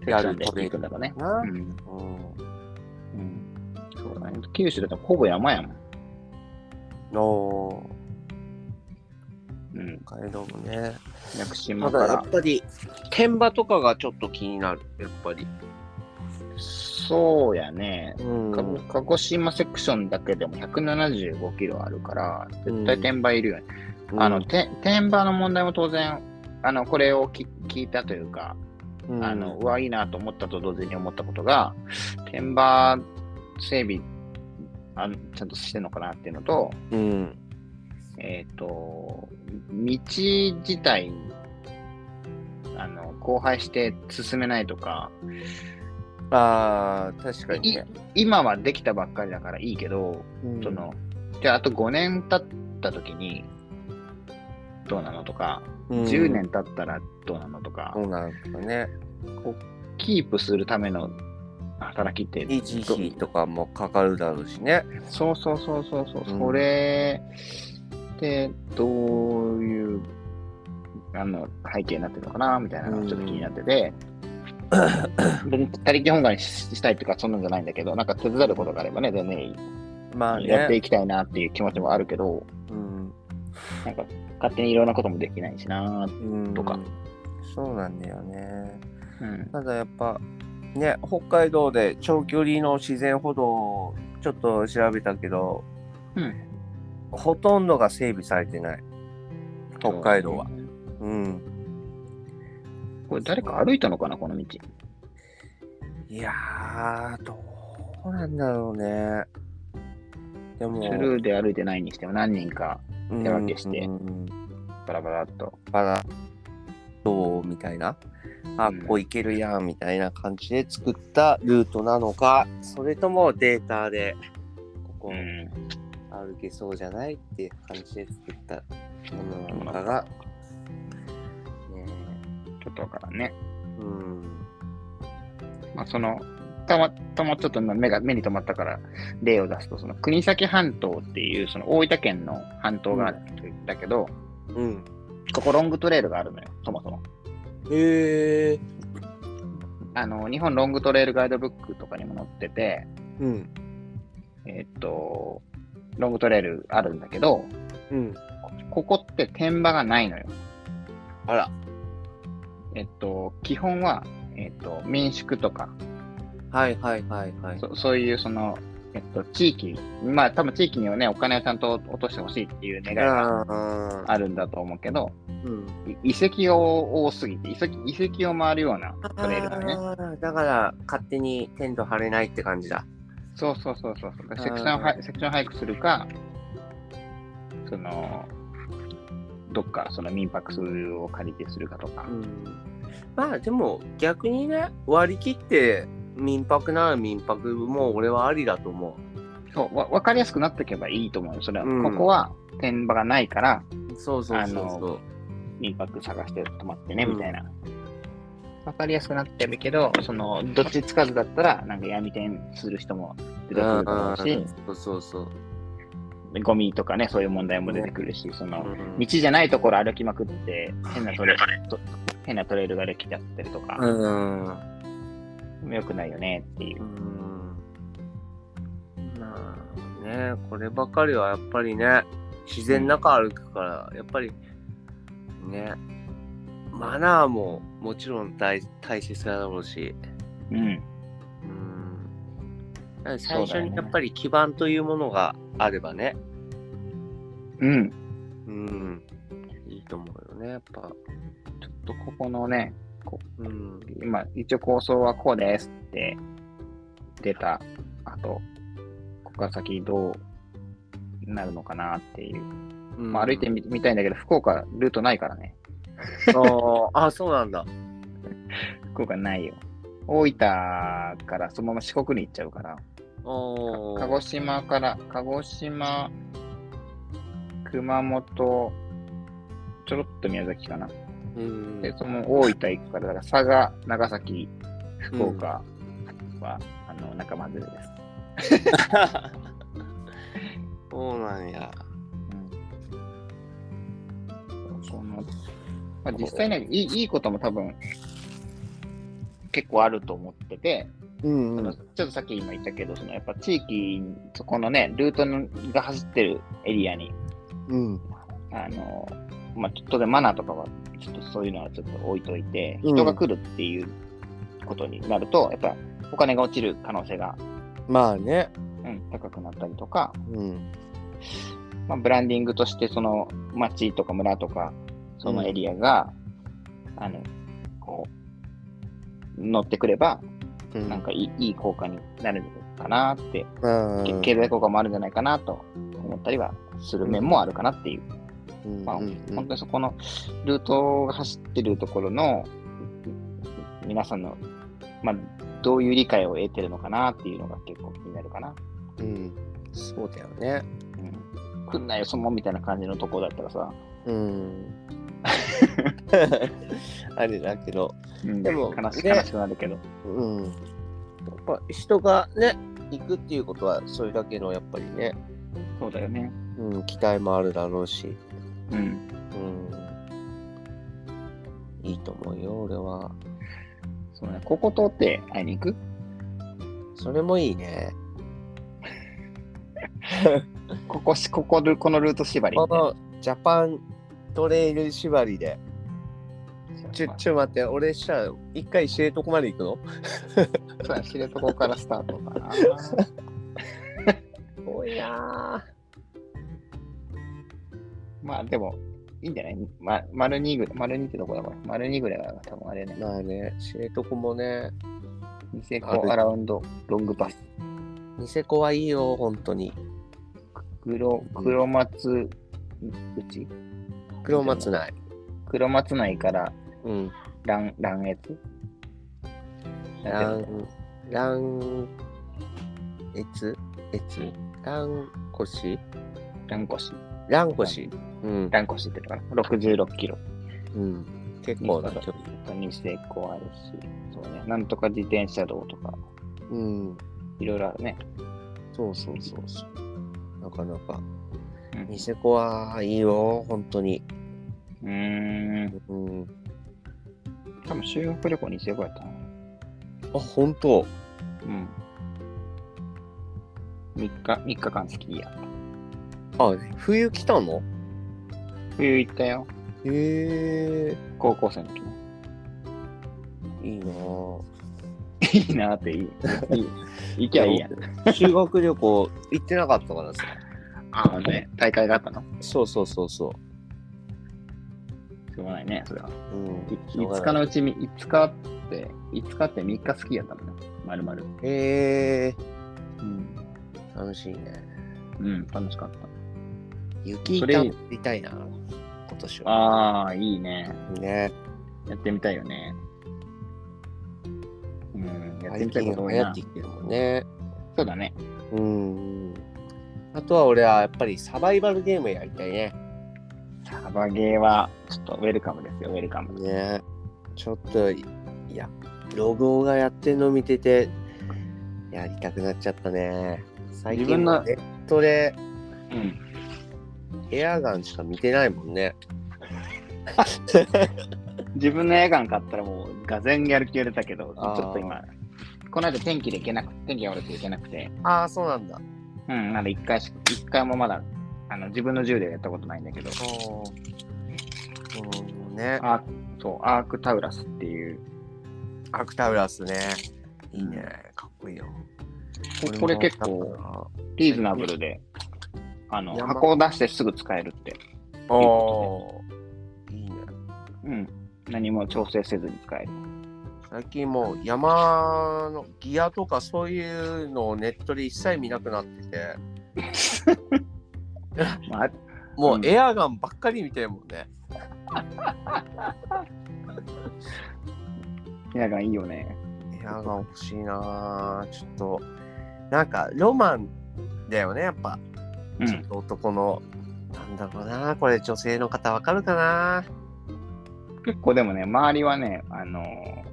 [SPEAKER 2] やる
[SPEAKER 1] セクションで行くんだろうね。
[SPEAKER 2] な
[SPEAKER 1] う。ん。
[SPEAKER 2] うん。
[SPEAKER 1] うん。そうだね。九州だとほぼ山やもん。
[SPEAKER 2] の
[SPEAKER 1] うん。
[SPEAKER 2] 北海道もね。
[SPEAKER 1] 屋久島
[SPEAKER 2] た
[SPEAKER 1] か
[SPEAKER 2] だ、や
[SPEAKER 1] ら
[SPEAKER 2] っ。ぱり、天場とかがちょっと気になる、やっぱり。
[SPEAKER 1] そうやね。
[SPEAKER 2] うん
[SPEAKER 1] 鹿児鹿児島セクションだけでも175キロあるから、絶対転売いるよね。あの、て転売の問題も当然、あの、これをき聞いたというか、
[SPEAKER 2] うん
[SPEAKER 1] あの、うわ、いいなと思ったと同時に思ったことが、転売整備あのちゃんとしてるのかなっていうのと、
[SPEAKER 2] うん。
[SPEAKER 1] えっ、と、道自体、あの、荒廃して進めないとか、
[SPEAKER 2] ああ、確かにね。
[SPEAKER 1] い今はできたばっかりだからいいけど、
[SPEAKER 2] うん
[SPEAKER 1] その、じゃああと5年経った時に、どうなのとか、
[SPEAKER 2] うん
[SPEAKER 1] 10年経ったらどうなのとか、
[SPEAKER 2] そうなんだね。
[SPEAKER 1] キープするための働きって、
[SPEAKER 2] 維持費とかもかかるだろうしね。
[SPEAKER 1] そうそうそうそうそう、
[SPEAKER 2] うん
[SPEAKER 1] それってどういうあの背景になってるのかなみたいなのがちょっと気になってて、別に他力本願にししたいとかそんなんじゃないんだけど、なんか手伝うことがあればね、全然いい
[SPEAKER 2] まあ
[SPEAKER 1] やって
[SPEAKER 2] ね。
[SPEAKER 1] いきたいなっていう気持ちもあるけど、
[SPEAKER 2] うん
[SPEAKER 1] なんか勝手にいろんなこともできないしなー
[SPEAKER 2] うん
[SPEAKER 1] とか。
[SPEAKER 2] そうなんだよね。
[SPEAKER 1] うん。
[SPEAKER 2] ただやっぱ、ね、北海道で長距離の自然歩道をちょっと調べたけど、
[SPEAKER 1] うん
[SPEAKER 2] ほとんどが整備されてない。北海道は。。うん。
[SPEAKER 1] これ誰か歩いたのかな、この道。
[SPEAKER 2] いやー、どうなんだろうね。でも、
[SPEAKER 1] スルーで歩いてないにしても何人か
[SPEAKER 2] うん
[SPEAKER 1] 手分けして
[SPEAKER 2] うん
[SPEAKER 1] バラバラっと。
[SPEAKER 2] バラどうみたいな、あ
[SPEAKER 1] うん
[SPEAKER 2] ここ行けるやんみたいな感じで作ったルートなのか、それともデータでここ
[SPEAKER 1] ん。
[SPEAKER 2] 歩けそうじゃないっていう感じで作ったものなのかが、ね
[SPEAKER 1] ちょっとわからんね。
[SPEAKER 2] えうん、
[SPEAKER 1] まあ、その、たまたまちょっと今目が目に留まったから例を出すと、その国東半島っていうその大分県の半島があるんだけど、
[SPEAKER 2] うん、
[SPEAKER 1] ここロングトレイルがあるのよ、そもそも。
[SPEAKER 2] へえ。
[SPEAKER 1] あの、日本ロングトレイルガイドブックとかにも載ってて、
[SPEAKER 2] うん。
[SPEAKER 1] えっと、ロングトレイルあるんだけど、
[SPEAKER 2] うん。
[SPEAKER 1] ここって天場がないのよ。
[SPEAKER 2] あら。
[SPEAKER 1] えっと、基本は、えっと、民宿とか、
[SPEAKER 2] はいはいはいはい。
[SPEAKER 1] そそういうその、えっと、地域、まあ多分地域にはね、お金をちゃんと落としてほしいっていう願いが
[SPEAKER 2] ああ。
[SPEAKER 1] あるんだと思うけど、
[SPEAKER 2] うん。
[SPEAKER 1] い遺跡を多すぎて遺跡、遺跡を回るようなトレイルだね。
[SPEAKER 2] あーだから、勝手にテント張れないって感じだ。
[SPEAKER 1] そうそうそうそうそう。
[SPEAKER 2] ー
[SPEAKER 1] セクションハイセクションハイクするか、その、どっかその民泊を借りてするかとか
[SPEAKER 2] う。ん。まあ、でも、逆にね、割り切って、民泊なら民泊も俺はありだと思
[SPEAKER 1] そうわ分かりやすくなっていけばいいと思うよ。それは、
[SPEAKER 2] うん
[SPEAKER 1] ここは天場がないから、
[SPEAKER 2] う。そうそうそうそう。
[SPEAKER 1] 民泊探して泊まってね、
[SPEAKER 2] うん
[SPEAKER 1] みたいな。分かりやすくなってるけど、その、どっちつかずだったら、なんか闇店する人も出てくると思うし、
[SPEAKER 2] うんそうそうそう。
[SPEAKER 1] ゴミとかね、そういう問題も出てくるし、その、
[SPEAKER 2] うん
[SPEAKER 1] 道じゃないところ歩きまくって、変なトレと変なトレイルができちゃってるとか、
[SPEAKER 2] うん。うん
[SPEAKER 1] 良くないよねっていう。
[SPEAKER 2] まあね、こればかりはやっぱりね、自然の中歩くから、やっぱりね、マナーももちろん大大切だろうし、
[SPEAKER 1] うん。
[SPEAKER 2] うん。だから
[SPEAKER 1] そうだよ
[SPEAKER 2] 最
[SPEAKER 1] ね
[SPEAKER 2] 初にやっぱり基盤というものがあればね、
[SPEAKER 1] うん。
[SPEAKER 2] うん。いいと思うよね、やっぱ。
[SPEAKER 1] ちょっとここのね、
[SPEAKER 2] うん。
[SPEAKER 1] 今、一応構想はこうですって出た後、ここから先どうなるのかなっていう。まあ、歩いてみみたいんだけど、福岡ルートないからね。
[SPEAKER 2] あーあ、そうなんだ。
[SPEAKER 1] 福岡ないよ。大分からそのまま四国に行っちゃうから。
[SPEAKER 2] お
[SPEAKER 1] 鹿児島から、鹿児島、熊本、ちょろっと宮崎かな。
[SPEAKER 2] うん
[SPEAKER 1] で、その大分行くから、だから佐賀、長崎、福岡は、あの、仲間連れです。
[SPEAKER 2] そうなんや。
[SPEAKER 1] うん。その、まあ、実際ねいい、いいことも多分、結構あると思ってて、
[SPEAKER 2] うん
[SPEAKER 1] そのちょっとさっき今言ったけど、そのやっぱ地域、そこのね、ルートのが走ってるエリアに、
[SPEAKER 2] うん。
[SPEAKER 1] あの、まあ、ちょっとでマナーとかは、ちょっとそういうのはちょっと置いといて、
[SPEAKER 2] うん
[SPEAKER 1] 人が来るっていうことになると、やっぱお金が落ちる可能性が、
[SPEAKER 2] まあね。
[SPEAKER 1] うん、高くなったりとか、
[SPEAKER 2] うん。
[SPEAKER 1] まあ、ブランディングとしてその町とか村とかそのエリアが、あのこう乗ってくれば
[SPEAKER 2] うん
[SPEAKER 1] なんかいい,、いい効果になるのかなって、け
[SPEAKER 2] うん
[SPEAKER 1] 経済効果もあるんじゃないかなと思ったりはする面もあるかなっていう、
[SPEAKER 2] うん
[SPEAKER 1] まあ、
[SPEAKER 2] うん
[SPEAKER 1] 本当にそこのルートが走ってるところの皆さんの、まあ、どういう理解を得てるのかなっていうのが結構気になるかな。
[SPEAKER 2] うんそうだよね。
[SPEAKER 1] うん、来んなよ、そのみたいな感じのとこだったらさ、
[SPEAKER 2] うん。あれだけど、
[SPEAKER 1] うん
[SPEAKER 2] でも
[SPEAKER 1] 悲し
[SPEAKER 2] ね
[SPEAKER 1] 悲しくなるけど。
[SPEAKER 2] うん。やっぱ人がね、行くっていうことは、それだけのやっぱりね、
[SPEAKER 1] そうだよね。
[SPEAKER 2] うん、期待もあるだろうし、
[SPEAKER 1] うん。
[SPEAKER 2] うん。いいと思うよ、俺は。
[SPEAKER 1] そうね。ここ通って会いに行く
[SPEAKER 2] それもいいね。
[SPEAKER 1] ここし、ここる、このルート縛り
[SPEAKER 2] こ。のジャパントレイル縛りで。ちょ、ちょ待って、俺したら一回知床まで行くの
[SPEAKER 1] そうだね知床からスタートかな。
[SPEAKER 2] おや
[SPEAKER 1] まあでも、いいんじゃないま、丸2ぐらい、丸2ってどこだこれ。丸2ぐらいが多分あれだね。
[SPEAKER 2] まあね、知床もね、
[SPEAKER 1] ニセコアラウンド、ロングパス。
[SPEAKER 2] ニセコはいいよ、本当に。
[SPEAKER 1] 黒、黒松、うち
[SPEAKER 2] 黒松内。
[SPEAKER 1] 黒松内から
[SPEAKER 2] うん。
[SPEAKER 1] 乱、乱越
[SPEAKER 2] ラン、ラン、えつえつランコシ
[SPEAKER 1] 乱越。
[SPEAKER 2] ランコシうん。
[SPEAKER 1] 乱越って言ってるから。66キロ。
[SPEAKER 2] うん。結構な距離。
[SPEAKER 1] ニセコあるし、そうね。なんとか自転車道とか、
[SPEAKER 2] うん。
[SPEAKER 1] いろいろあるね。
[SPEAKER 2] そうそうそうそう。なかなか。
[SPEAKER 1] うん
[SPEAKER 2] ニセコはいいよ、本当に。
[SPEAKER 1] うーん。
[SPEAKER 2] うん。
[SPEAKER 1] 多分修学旅行に行ってよかったな。
[SPEAKER 2] あ、本当。
[SPEAKER 1] うん。3日、3日間スキーや。
[SPEAKER 2] あ、冬来たの
[SPEAKER 1] 冬行ったよ。
[SPEAKER 2] へえ
[SPEAKER 1] 高校生の時も。
[SPEAKER 2] いいなぁ。
[SPEAKER 1] いいなっていい。 いい行きゃいいやん。
[SPEAKER 2] 修学旅行行ってなかったからさ。
[SPEAKER 1] ああね、大会があったの
[SPEAKER 2] そうそうそうそ
[SPEAKER 1] しょうがないね、それは。
[SPEAKER 2] う。うん
[SPEAKER 1] い5日のうちみ、5日って、5日って3日好きやったもんね。まるまる。
[SPEAKER 2] へえ
[SPEAKER 1] うん。
[SPEAKER 2] 楽しいね。
[SPEAKER 1] うん、楽しかっ
[SPEAKER 2] 雪
[SPEAKER 1] そ
[SPEAKER 2] 板
[SPEAKER 1] れ
[SPEAKER 2] やりたいな、今年
[SPEAKER 1] た。
[SPEAKER 2] は。
[SPEAKER 1] ああ、いいね。
[SPEAKER 2] ね。
[SPEAKER 1] やってみたいよね。うん、やって
[SPEAKER 2] 最
[SPEAKER 1] みたいこ
[SPEAKER 2] 近
[SPEAKER 1] と多い
[SPEAKER 2] 流行
[SPEAKER 1] な
[SPEAKER 2] って。きてるもんね。
[SPEAKER 1] そうだね。
[SPEAKER 2] うん。あとは俺はやっぱりサバイバルゲームやりたいね。
[SPEAKER 1] サバゲーは、ちょっとウェルカムですよ、ウェルカム。
[SPEAKER 2] ねちょっと、いや、ロゴがやってんの見てて、やりたくなっちゃったね。最
[SPEAKER 1] 自分
[SPEAKER 2] 近
[SPEAKER 1] の
[SPEAKER 2] ネットで
[SPEAKER 1] うん。
[SPEAKER 2] エアガンしか見てないもんね。
[SPEAKER 1] 自分のエアガン買ったらもう、がぜんやる気が出たけど、ち
[SPEAKER 2] あー
[SPEAKER 1] ょっと今、この間天気で行けなく天気が悪くて行けなくて、
[SPEAKER 2] ああ、そうなんだ。
[SPEAKER 1] うん、まだ1回し、一回もまだ、あの、自分の銃でやったことないんだけど、
[SPEAKER 2] おうんね。
[SPEAKER 1] アーそう、アークタウラスっていう、
[SPEAKER 2] アクタウラスね。いいね。かっこいいよ。
[SPEAKER 1] ここれ結構リーズナブルで、あの、箱を出してすぐ使えるって。
[SPEAKER 2] ああ。いいね。
[SPEAKER 1] うん。何も調整せずに使える。
[SPEAKER 2] 最近もう山のギアとかそういうのをネットで一切見なくなってて、
[SPEAKER 1] まあ、
[SPEAKER 2] もううんエアガンばっかり見てるもんね。
[SPEAKER 1] エアガンいいよね。
[SPEAKER 2] エアガン欲しいなぁちょっと、なんかロマンだよね、やっぱ。
[SPEAKER 1] う
[SPEAKER 2] ちょっ
[SPEAKER 1] ん。
[SPEAKER 2] と男の、なんだろうなこれ女性の方わかるかな
[SPEAKER 1] 結構でもね、周りはね、あのー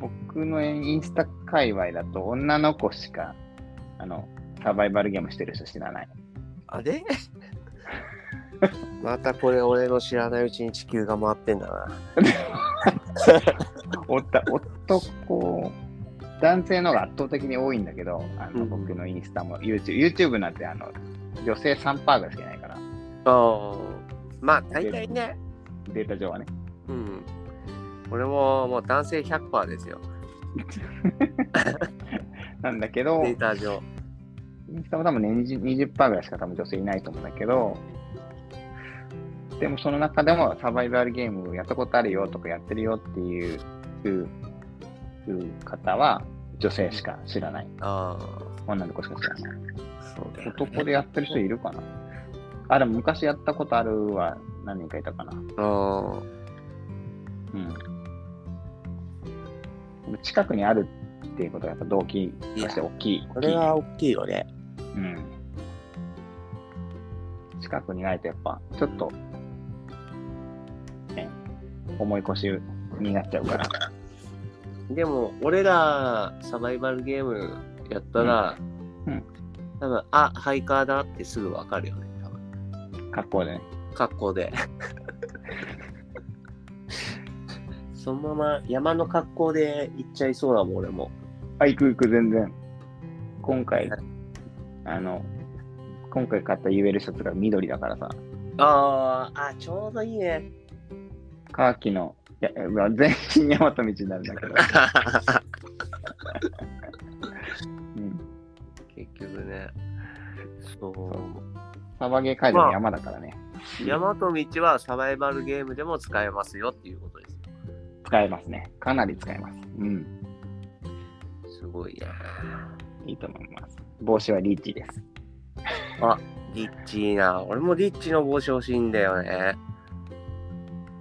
[SPEAKER 1] 僕のインスタ界隈だと女の子しか、あの、サバイバルゲームしてる人知らない。
[SPEAKER 2] あ れまたこれ俺の知らないうちに地球が回ってんだな。
[SPEAKER 1] お った男、男性の方が圧倒的に多いんだけど、あの
[SPEAKER 2] うん
[SPEAKER 1] 僕のインスタも YouTube、YouTube なんてあの女性3%ぐらいしかいないから、
[SPEAKER 2] あまあ大体ね。
[SPEAKER 1] データ上はね。
[SPEAKER 2] うん。俺ももう男性100%ですよ。
[SPEAKER 1] なんだけど、
[SPEAKER 2] データ上。
[SPEAKER 1] インスタも多分ね20 20%ぐらいしか多分女性いないと思うんだけど、でもその中でもサバイバルゲームやったことあるよとかやってるよっていういういう方は女性しか知らない。
[SPEAKER 2] あ
[SPEAKER 1] 女の子しか知らない。
[SPEAKER 2] あ、そうだよね
[SPEAKER 1] 男でやってる人いるかなあ、でも昔やったことあるは何人かいたかな。
[SPEAKER 2] あ
[SPEAKER 1] うん。近くにあるっていうことがやっぱ動機として大きい。
[SPEAKER 2] あ。これは大きいよね。
[SPEAKER 1] うん。近くにないとやっぱ、ちょっと、ね、重い腰になっちゃうから。
[SPEAKER 2] でも、俺らサバイバルゲームやったら、
[SPEAKER 1] うんうん
[SPEAKER 2] 多分、あ、ハイカーだってすぐわかるよね。多分
[SPEAKER 1] 格好でね。
[SPEAKER 2] 格好で。そのまま山の格好で行っちゃいそうだもん、俺も。
[SPEAKER 1] あ、行く行く、全然。今回、あの、今回買った UL シャツが緑だからさ、
[SPEAKER 2] あーあ、ちょうどいいね。
[SPEAKER 1] カーキの、いや、うわ全身大和道になるんだけ ど。うん。
[SPEAKER 2] 結局ね。そう。
[SPEAKER 1] サバゲー会場の山だからね、
[SPEAKER 2] 山と道はサバイバルゲームでも使えますよっていうことです。
[SPEAKER 1] 使えますね。かなり使えます。うん。
[SPEAKER 2] すごいね。
[SPEAKER 1] いいと思います。帽子はリッチです。
[SPEAKER 2] リッチーな。俺もリッチの帽子欲しいんだよね。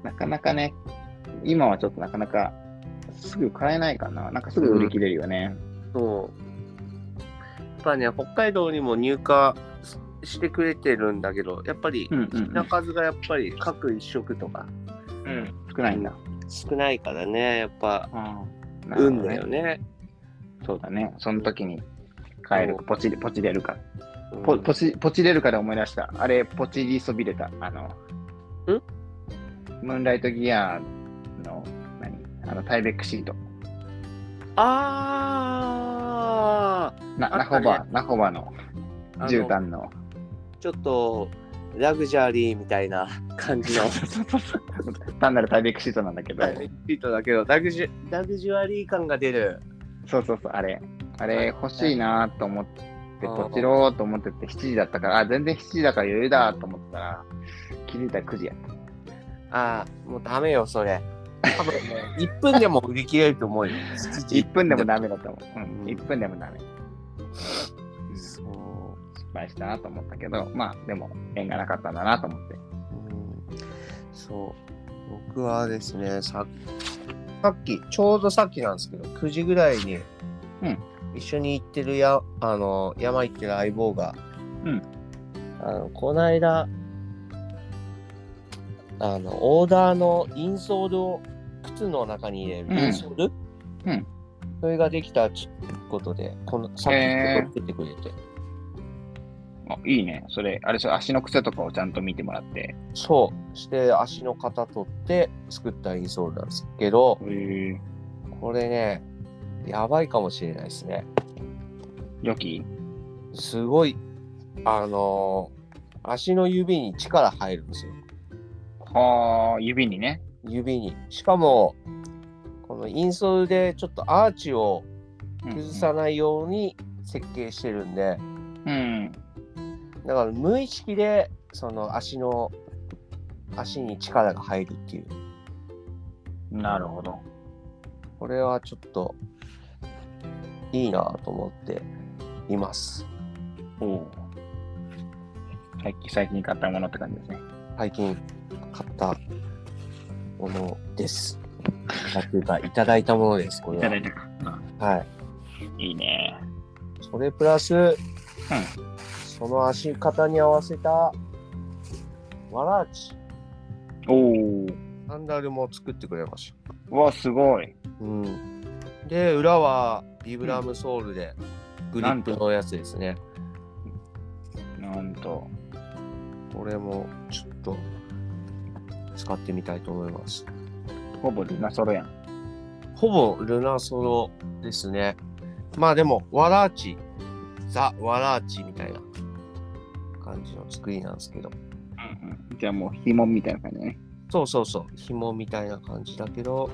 [SPEAKER 1] なかなかね、今はちょっとなかなかすぐ買えないかな。なんかすぐ売り切れるよね。
[SPEAKER 2] そう。やっぱね、北海道にも入荷ししてくれてるんだけど、やっぱり
[SPEAKER 1] うんうんうん
[SPEAKER 2] 品数がやっぱり各一色とか
[SPEAKER 1] うん。少ないんだ。
[SPEAKER 2] 少ないからね、やっぱ
[SPEAKER 1] ああ。
[SPEAKER 2] 運だよ。ね。
[SPEAKER 1] そうだね。その時に買える
[SPEAKER 2] そ
[SPEAKER 1] か、
[SPEAKER 2] う
[SPEAKER 1] ポチ、ポチれるか。
[SPEAKER 2] うん
[SPEAKER 1] ポポチ、ポチれるかで思い出した。あれ、ポチりそびれた。あの、
[SPEAKER 2] ん
[SPEAKER 1] ムーンライトギアの、何あの、タイベックシート。
[SPEAKER 2] あー
[SPEAKER 1] な、
[SPEAKER 2] あ
[SPEAKER 1] ナホバ、ナホバの
[SPEAKER 2] あの
[SPEAKER 1] 絨毯の。
[SPEAKER 2] ちょっとラグジュアリーみたいな感 じの
[SPEAKER 1] 単なるタイベックシートなんだけど、
[SPEAKER 2] シートだけどラグジュラグジュアリー感が出る。
[SPEAKER 1] そうそうそう、あれ、あれ欲しいなと思って、
[SPEAKER 2] あー
[SPEAKER 1] ポチろうと思ってて、7時だったから、あ、全然7時だから余裕だと思ってたら、気づいたら9時やった。
[SPEAKER 2] ああ、もうダメよ、それ。多分ね、1分でも売り切れると 思うよ。
[SPEAKER 1] 1分でもダメだと思う。うん、
[SPEAKER 2] うん
[SPEAKER 1] 1分でもダメ。失
[SPEAKER 2] そ
[SPEAKER 1] 敗したなと思ったけど、まあ、でも、縁がなかったんだなと思って。
[SPEAKER 2] う。うん、そう。僕はですね、ささっき、ちょうどさっきなんですけど、9時ぐらいに、
[SPEAKER 1] うん
[SPEAKER 2] 一緒に行ってるや、あの、山行ってる相棒が、
[SPEAKER 1] うん
[SPEAKER 2] あの、この間、あの、オーダーのインソールを靴の中に入れる、
[SPEAKER 1] うん
[SPEAKER 2] インソール
[SPEAKER 1] うん。
[SPEAKER 2] それができたちことで、この、さっき
[SPEAKER 1] へー
[SPEAKER 2] 取ってくれて。
[SPEAKER 1] あいいね。それ、あれでしょ、足の癖とかをちゃんと見てもらって。
[SPEAKER 2] そう。して、足の型取って作ったインソールなんですけど、
[SPEAKER 1] へえ。
[SPEAKER 2] これね、やばいかもしれないですね。
[SPEAKER 1] 良き
[SPEAKER 2] すごい、あのー足の指に力入るんですよ。
[SPEAKER 1] はあ、指にね。
[SPEAKER 2] 指に。しかも、このインソールでちょっとアーチを
[SPEAKER 1] うん
[SPEAKER 2] 崩さないように設計してるんで、
[SPEAKER 1] うん。
[SPEAKER 2] だから無意識で、その足の、足に力が入るっていう。
[SPEAKER 1] なるほど。
[SPEAKER 2] これはちょっと、いいなと思っています。
[SPEAKER 1] おお。最近、最近買ったものって感じですね。
[SPEAKER 2] 最近買ったものです。買ったというか、いただいたものです、これ
[SPEAKER 1] いた
[SPEAKER 2] は
[SPEAKER 1] だ。いたか。
[SPEAKER 2] はい。
[SPEAKER 1] いいね。
[SPEAKER 2] それプラス、その足型に合わせた、わらあち、
[SPEAKER 1] お
[SPEAKER 2] サンダルも作ってくれまし
[SPEAKER 1] お。わ、すごい。
[SPEAKER 2] た。うん。で、裏はビブラムソールで、グリップのやつですね。
[SPEAKER 1] なんと。
[SPEAKER 2] これも、ちょっと、使ってみたいと思います。
[SPEAKER 1] ほぼルナソロやん。
[SPEAKER 2] ほぼルナソロですね。まあでも、ワラーチ、ザ・ワラーチみたいな感じの作りなんですけど。
[SPEAKER 1] うんうん、じゃあもう、紐みたいな感じね。
[SPEAKER 2] そうそうそう、紐みたいな感じだけど、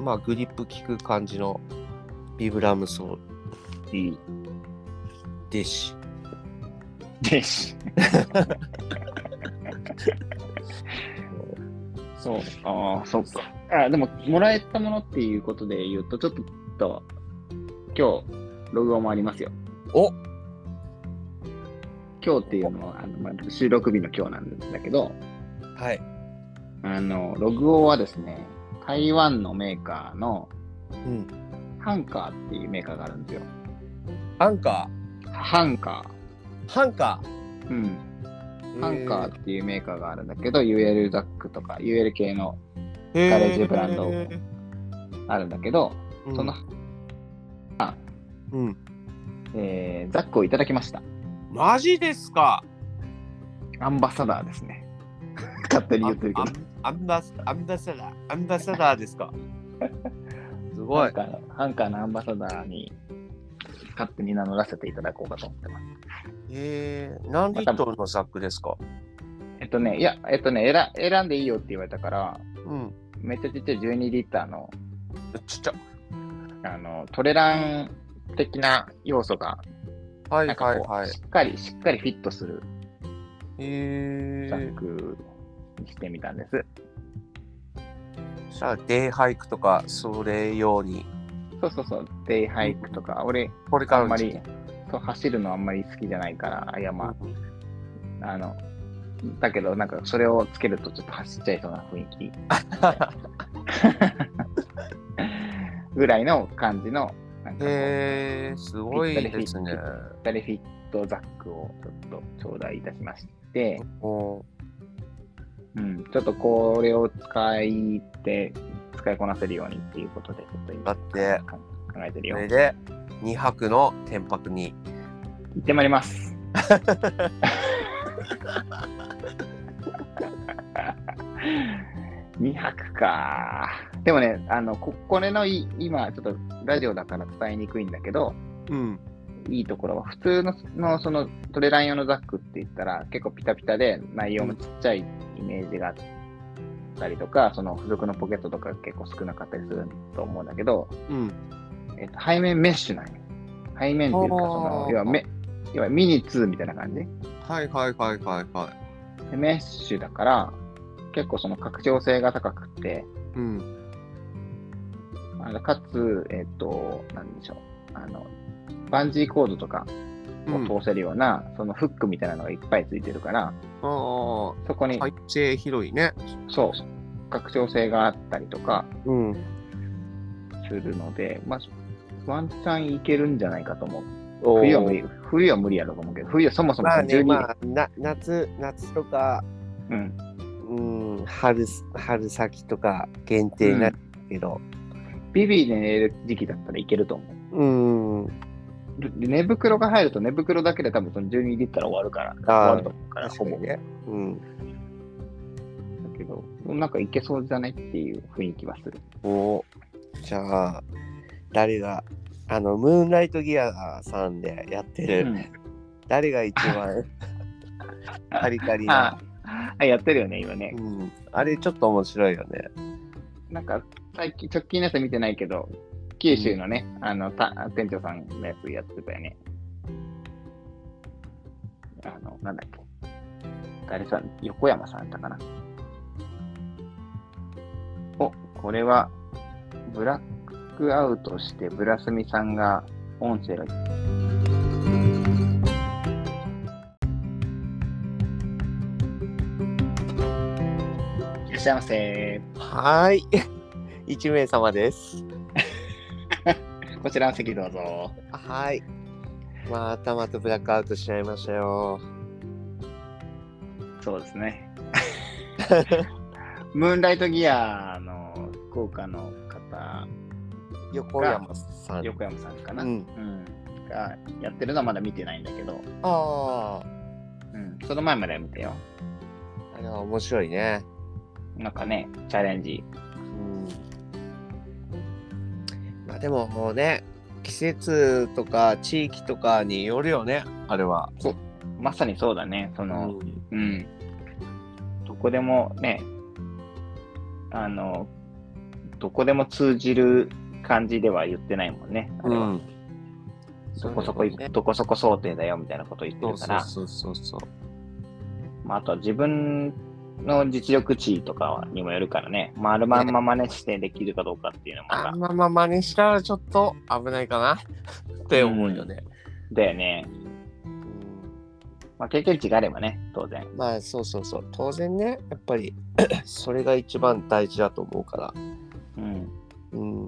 [SPEAKER 2] まあグリップ効く感じのビブラムソール
[SPEAKER 1] いい。
[SPEAKER 2] ですし。
[SPEAKER 1] です。そう。ああ、そっか。あでも、もらえたものっていうことで言うと、ちょっと、今日、ログオンもありますよ。
[SPEAKER 2] お
[SPEAKER 1] 今日っていうのは、あのまあ、収録日の今日なんだけど、
[SPEAKER 2] はい。
[SPEAKER 1] あの、ログオンはですね、台湾のメーカーの
[SPEAKER 2] うん。
[SPEAKER 1] ハンカーっていうメーカーがあるんですよ。
[SPEAKER 2] アンカ
[SPEAKER 1] ハンカ
[SPEAKER 2] ー、ハンカ
[SPEAKER 1] ー。うん。
[SPEAKER 2] ー。
[SPEAKER 1] ハンカーっていうメーカーがあるんだけど、UL ザックとか UL 系の
[SPEAKER 2] へー
[SPEAKER 1] ガレージブランド
[SPEAKER 2] へー
[SPEAKER 1] あるんだけど、その、
[SPEAKER 2] うん。うん
[SPEAKER 1] えーザックをいただきました。
[SPEAKER 2] マジですか
[SPEAKER 1] アンバサダーですね。 勝手に言ってるけ
[SPEAKER 2] あ
[SPEAKER 1] ど。
[SPEAKER 2] アンバスアンバサダー、アンバサダーですか すご
[SPEAKER 1] ハ
[SPEAKER 2] い
[SPEAKER 1] ン。カーのハンカーのアンバサダーに勝手に名乗らせていただこうかと思ってます。
[SPEAKER 2] えー、何リットルのザックですか
[SPEAKER 1] えっとね、いや、えっとね、選選んでいいよって言われたから、
[SPEAKER 2] うん。
[SPEAKER 1] めっちゃちっちゃい12リッターの
[SPEAKER 2] ちっちゃ。
[SPEAKER 1] あのトレラン的な要素が、
[SPEAKER 2] はい
[SPEAKER 1] なんか
[SPEAKER 2] はい
[SPEAKER 1] こう、
[SPEAKER 2] はい。
[SPEAKER 1] しっかり、しっかりフィットする
[SPEAKER 2] え
[SPEAKER 1] ザッ
[SPEAKER 2] ー、
[SPEAKER 1] クにしてみたんです。
[SPEAKER 2] じゃあ、デイハイクとか、それ用に。
[SPEAKER 1] そうそうそう、デイハイクとか、俺、
[SPEAKER 2] これか
[SPEAKER 1] あ
[SPEAKER 2] ら
[SPEAKER 1] ん
[SPEAKER 2] の
[SPEAKER 1] ま
[SPEAKER 2] 時期
[SPEAKER 1] りそう走るのあんまり好きじゃないから、あいやまあ、あの、だけど、なんかそれをつけるとちょっと走っちゃい そうな雰囲気ぐらいの感じの、なんかこう、
[SPEAKER 2] へえ、すごいですね。
[SPEAKER 1] ダレフィットザックをちょっと頂戴いたしまして、
[SPEAKER 2] お
[SPEAKER 1] うん、ちょっとこれを使いて、使いこなせるようにっていうことで、ちょっと今
[SPEAKER 2] だって
[SPEAKER 1] 考えてるよ。
[SPEAKER 2] それで2泊の天泊に。
[SPEAKER 1] 行ってまいります。 2泊か。でもね、あのここれのい今、ちょっとラジオだから伝えにくいんだけど、
[SPEAKER 2] うん。
[SPEAKER 1] いいところは、普通ののそのトレラン用のザックって言ったら、結構ピタピタで内容もちっちゃいイメージがあったりとか、その付属のポケットとか結構少なかったりすると思うんだけど、
[SPEAKER 2] うん。
[SPEAKER 1] えっと、背面メッシュなんよ。背面っていうか、その
[SPEAKER 2] あー
[SPEAKER 1] 要はめ要はミニ2みたいな感じ。
[SPEAKER 2] はいはいはいはいはい。
[SPEAKER 1] でメッシュだから、結構その拡張性が高くて、
[SPEAKER 2] うん。
[SPEAKER 1] あのかつ、えっと、なんでしょう、あの、バンジーコードとか
[SPEAKER 2] うん、
[SPEAKER 1] を通せるような、そのフックみたいなのがいっぱいついてるから、
[SPEAKER 2] あ
[SPEAKER 1] そこ
[SPEAKER 2] あ、
[SPEAKER 1] に、
[SPEAKER 2] 背景広いね。
[SPEAKER 1] そう、拡張性があったりとか
[SPEAKER 2] うん。
[SPEAKER 1] するので、まあ、ワンチャンいけるんじゃないかと思う。冬は無理、冬は無理やろうと思うけど、冬はそもそも
[SPEAKER 2] まあね、
[SPEAKER 1] 12、
[SPEAKER 2] まあ、な夏、夏とか、
[SPEAKER 1] うん、
[SPEAKER 2] うん、春す、春先とか限定になるけど、
[SPEAKER 1] ビビーで寝れる時期だったらいけると思う。
[SPEAKER 2] うん、
[SPEAKER 1] で寝袋が入ると寝袋だけで多分その12リットル終わるから、終
[SPEAKER 2] あー
[SPEAKER 1] わると思うから、
[SPEAKER 2] 確か
[SPEAKER 1] ほぼ。
[SPEAKER 2] に
[SPEAKER 1] だ
[SPEAKER 2] ね。うん。
[SPEAKER 1] けど、なんかいけそうじゃないっていう雰囲気はする。
[SPEAKER 2] おじゃあ、誰が、あの、ムーンライトギアさんでやってる、
[SPEAKER 1] うん
[SPEAKER 2] 誰が 一番カリカリ
[SPEAKER 1] あ
[SPEAKER 2] な、
[SPEAKER 1] あやってるよね、今ね
[SPEAKER 2] う。ん、あれちょっと面白いよね。
[SPEAKER 1] なんか、最近、直近のやつ見てないけど、九州のね、あの、た店長さんのやつやってたよね。あの、なんだっけ。誰さん、横山さんだったかな。お、これは、ブラックアウトして、ブラスミさんが音声がいらっしゃいませ。
[SPEAKER 2] はーい。 一名様です。
[SPEAKER 1] こちらの席どうぞ。
[SPEAKER 2] はーい。まあ、頭とブラックアウトしちゃいましたよ。
[SPEAKER 1] そうですね。 ムーンライトギアの福岡の方、
[SPEAKER 2] 横山さん。
[SPEAKER 1] 横山さんかな、
[SPEAKER 2] う
[SPEAKER 1] うん
[SPEAKER 2] ん。
[SPEAKER 1] がやってるのはまだ見てないんだけど、
[SPEAKER 2] ああ、
[SPEAKER 1] うん、その前までは見てよ。
[SPEAKER 2] あれは面白いね。
[SPEAKER 1] なんかね、チャレンジ。
[SPEAKER 2] うん。まあでももうね、季節とか地域とかによるよね、あれは。
[SPEAKER 1] まさにそうだね。そうの、
[SPEAKER 2] ん。
[SPEAKER 1] うん。どこでもね、あの、どこでも通じる感じでは言ってないもんね。あれはどこそこ、
[SPEAKER 2] そうだよね
[SPEAKER 1] どこそこ想定だよみたいなこと言って
[SPEAKER 2] そ
[SPEAKER 1] る
[SPEAKER 2] う
[SPEAKER 1] か
[SPEAKER 2] そう
[SPEAKER 1] ら。
[SPEAKER 2] そうそうそう。
[SPEAKER 1] まあ、あとは自分の実力値とかはにもよるからね、まあ、あるまんま真似してできるかどうかっていうのも
[SPEAKER 2] あ
[SPEAKER 1] さ
[SPEAKER 2] んまま真似したらちょっと危ないかなって思うよね。
[SPEAKER 1] だよね。まあ、経験値があればね、当然。
[SPEAKER 2] まあそうそうそう。当然ね、やっぱり それが一番大事だと思うから。
[SPEAKER 1] うん。
[SPEAKER 2] うん。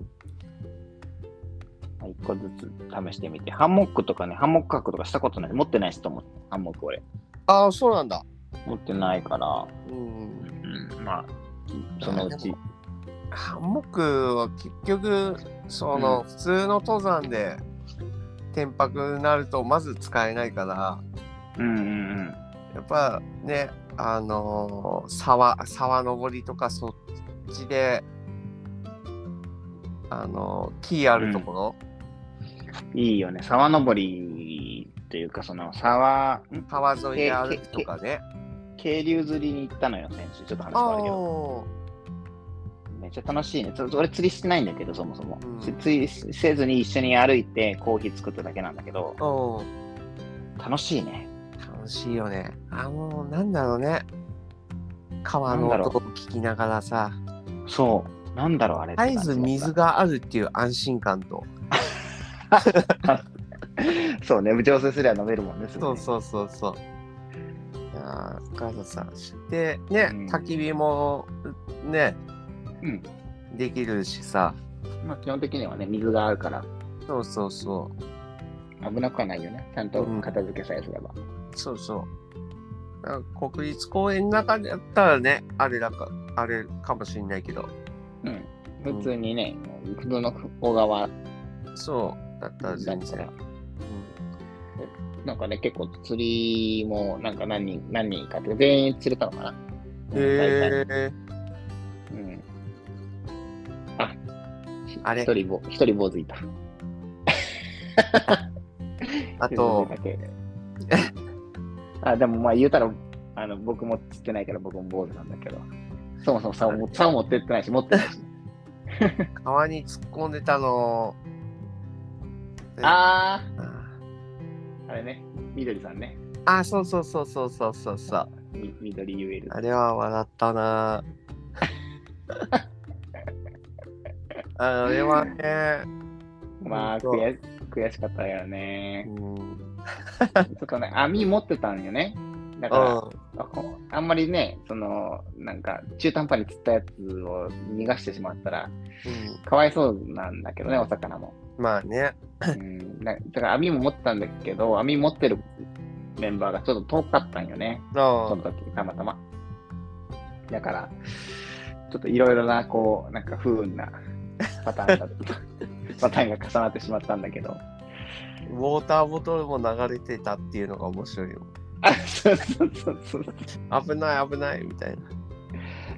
[SPEAKER 1] まあ一個ずつ試してみて。ハンモックとかね、ハンモック角とかしたことない。持ってないしと思う。ハンモック俺。
[SPEAKER 2] ああ、そうなんだ。
[SPEAKER 1] 持ってないから、
[SPEAKER 2] うん。
[SPEAKER 1] うん、まあ、そのうち。
[SPEAKER 2] ハンモックは結局その、普通の登山で天泊になるとまず使えないから
[SPEAKER 1] うんうん
[SPEAKER 2] やっぱねあのー沢沢登りとかそっちであのー木あるところ、
[SPEAKER 1] うん。いいよね。沢登りというか、その沢、ん
[SPEAKER 2] 川沿いで歩くとかね
[SPEAKER 1] 渓流釣りに行ったのよ、先週。ちょっと話変
[SPEAKER 2] あ
[SPEAKER 1] わ
[SPEAKER 2] あ
[SPEAKER 1] るけど。
[SPEAKER 2] ー
[SPEAKER 1] めっちゃ楽しいね。つ俺釣りしてないんだけど、そもそも
[SPEAKER 2] うん。
[SPEAKER 1] つ釣りせずに一緒に歩いてコーヒー作っただけなんだけど、
[SPEAKER 2] うん
[SPEAKER 1] 楽しいね。
[SPEAKER 2] 楽しいよねあのーなんだろうね川の
[SPEAKER 1] なんだろう
[SPEAKER 2] 音を聞きながらさ
[SPEAKER 1] そう。なんだろう、あれって
[SPEAKER 2] 絶え
[SPEAKER 1] 感じ
[SPEAKER 2] ず水。があるっていう安心感と
[SPEAKER 1] そうね、調整すれば飲めるもんね、すぐ
[SPEAKER 2] そう
[SPEAKER 1] ね
[SPEAKER 2] そうそうそう。いやー、深田さん知って、ね、
[SPEAKER 1] うん
[SPEAKER 2] 焚き火もね、
[SPEAKER 1] うん
[SPEAKER 2] できるしさ。
[SPEAKER 1] まあ、基本的にはね、水があるから
[SPEAKER 2] そうそうそ
[SPEAKER 1] 危なくはないよね。ちゃんと片付けさえすれば。
[SPEAKER 2] う。そうそう。だから国立公園の中だったらね、あれだか、あれかもしれないけど、
[SPEAKER 1] うん。普通にね、普通の小川
[SPEAKER 2] そう、だった
[SPEAKER 1] だ
[SPEAKER 2] ら全
[SPEAKER 1] った
[SPEAKER 2] 然
[SPEAKER 1] ら。、なんかね、結構釣りも、なんか何人、何人かって、全員釣れたのかな。
[SPEAKER 2] うん、へえ
[SPEAKER 1] うん
[SPEAKER 2] あれ
[SPEAKER 1] 一人ぼ、一人坊主いた。
[SPEAKER 2] あと、
[SPEAKER 1] 一人だけ あ、でもまあ言うたら、あの、僕も釣ってないから僕も坊主なんだけど。そもそも竿も竿持ってってないし、持ってないし。
[SPEAKER 2] 川に突っ込んでたの。
[SPEAKER 1] あ
[SPEAKER 2] あー
[SPEAKER 1] あ、あれね、みどりさんね。
[SPEAKER 2] あ、そうそうそうそうそうそうそう。
[SPEAKER 1] みみどり UL。
[SPEAKER 2] あれは笑ったな。あれはね。
[SPEAKER 1] まあ、
[SPEAKER 2] 本当
[SPEAKER 1] 悔し悔しかったよね。
[SPEAKER 2] うん。
[SPEAKER 1] ちょっとね、網持ってたんよね。だから、あこあんまりね、その、なんか、中途半端に釣ったやつを逃がしてしまったら、
[SPEAKER 2] うん
[SPEAKER 1] かわいそうなんだけどね、お魚も。
[SPEAKER 2] まあね。
[SPEAKER 1] うん、だだから網も持ってたんだけど、網持ってるメンバーがちょっと遠かったんよね、
[SPEAKER 2] あ
[SPEAKER 1] その時、たまたま。だから、ちょっといろいろな、こう、なんか不運なパターンだ った、パターンが重なってしまったんだけど。
[SPEAKER 2] ウォーターボトルも流れてたっていうのが面白いよ。
[SPEAKER 1] あ、そうそうそうそう。
[SPEAKER 2] 危ない危ないみたいな。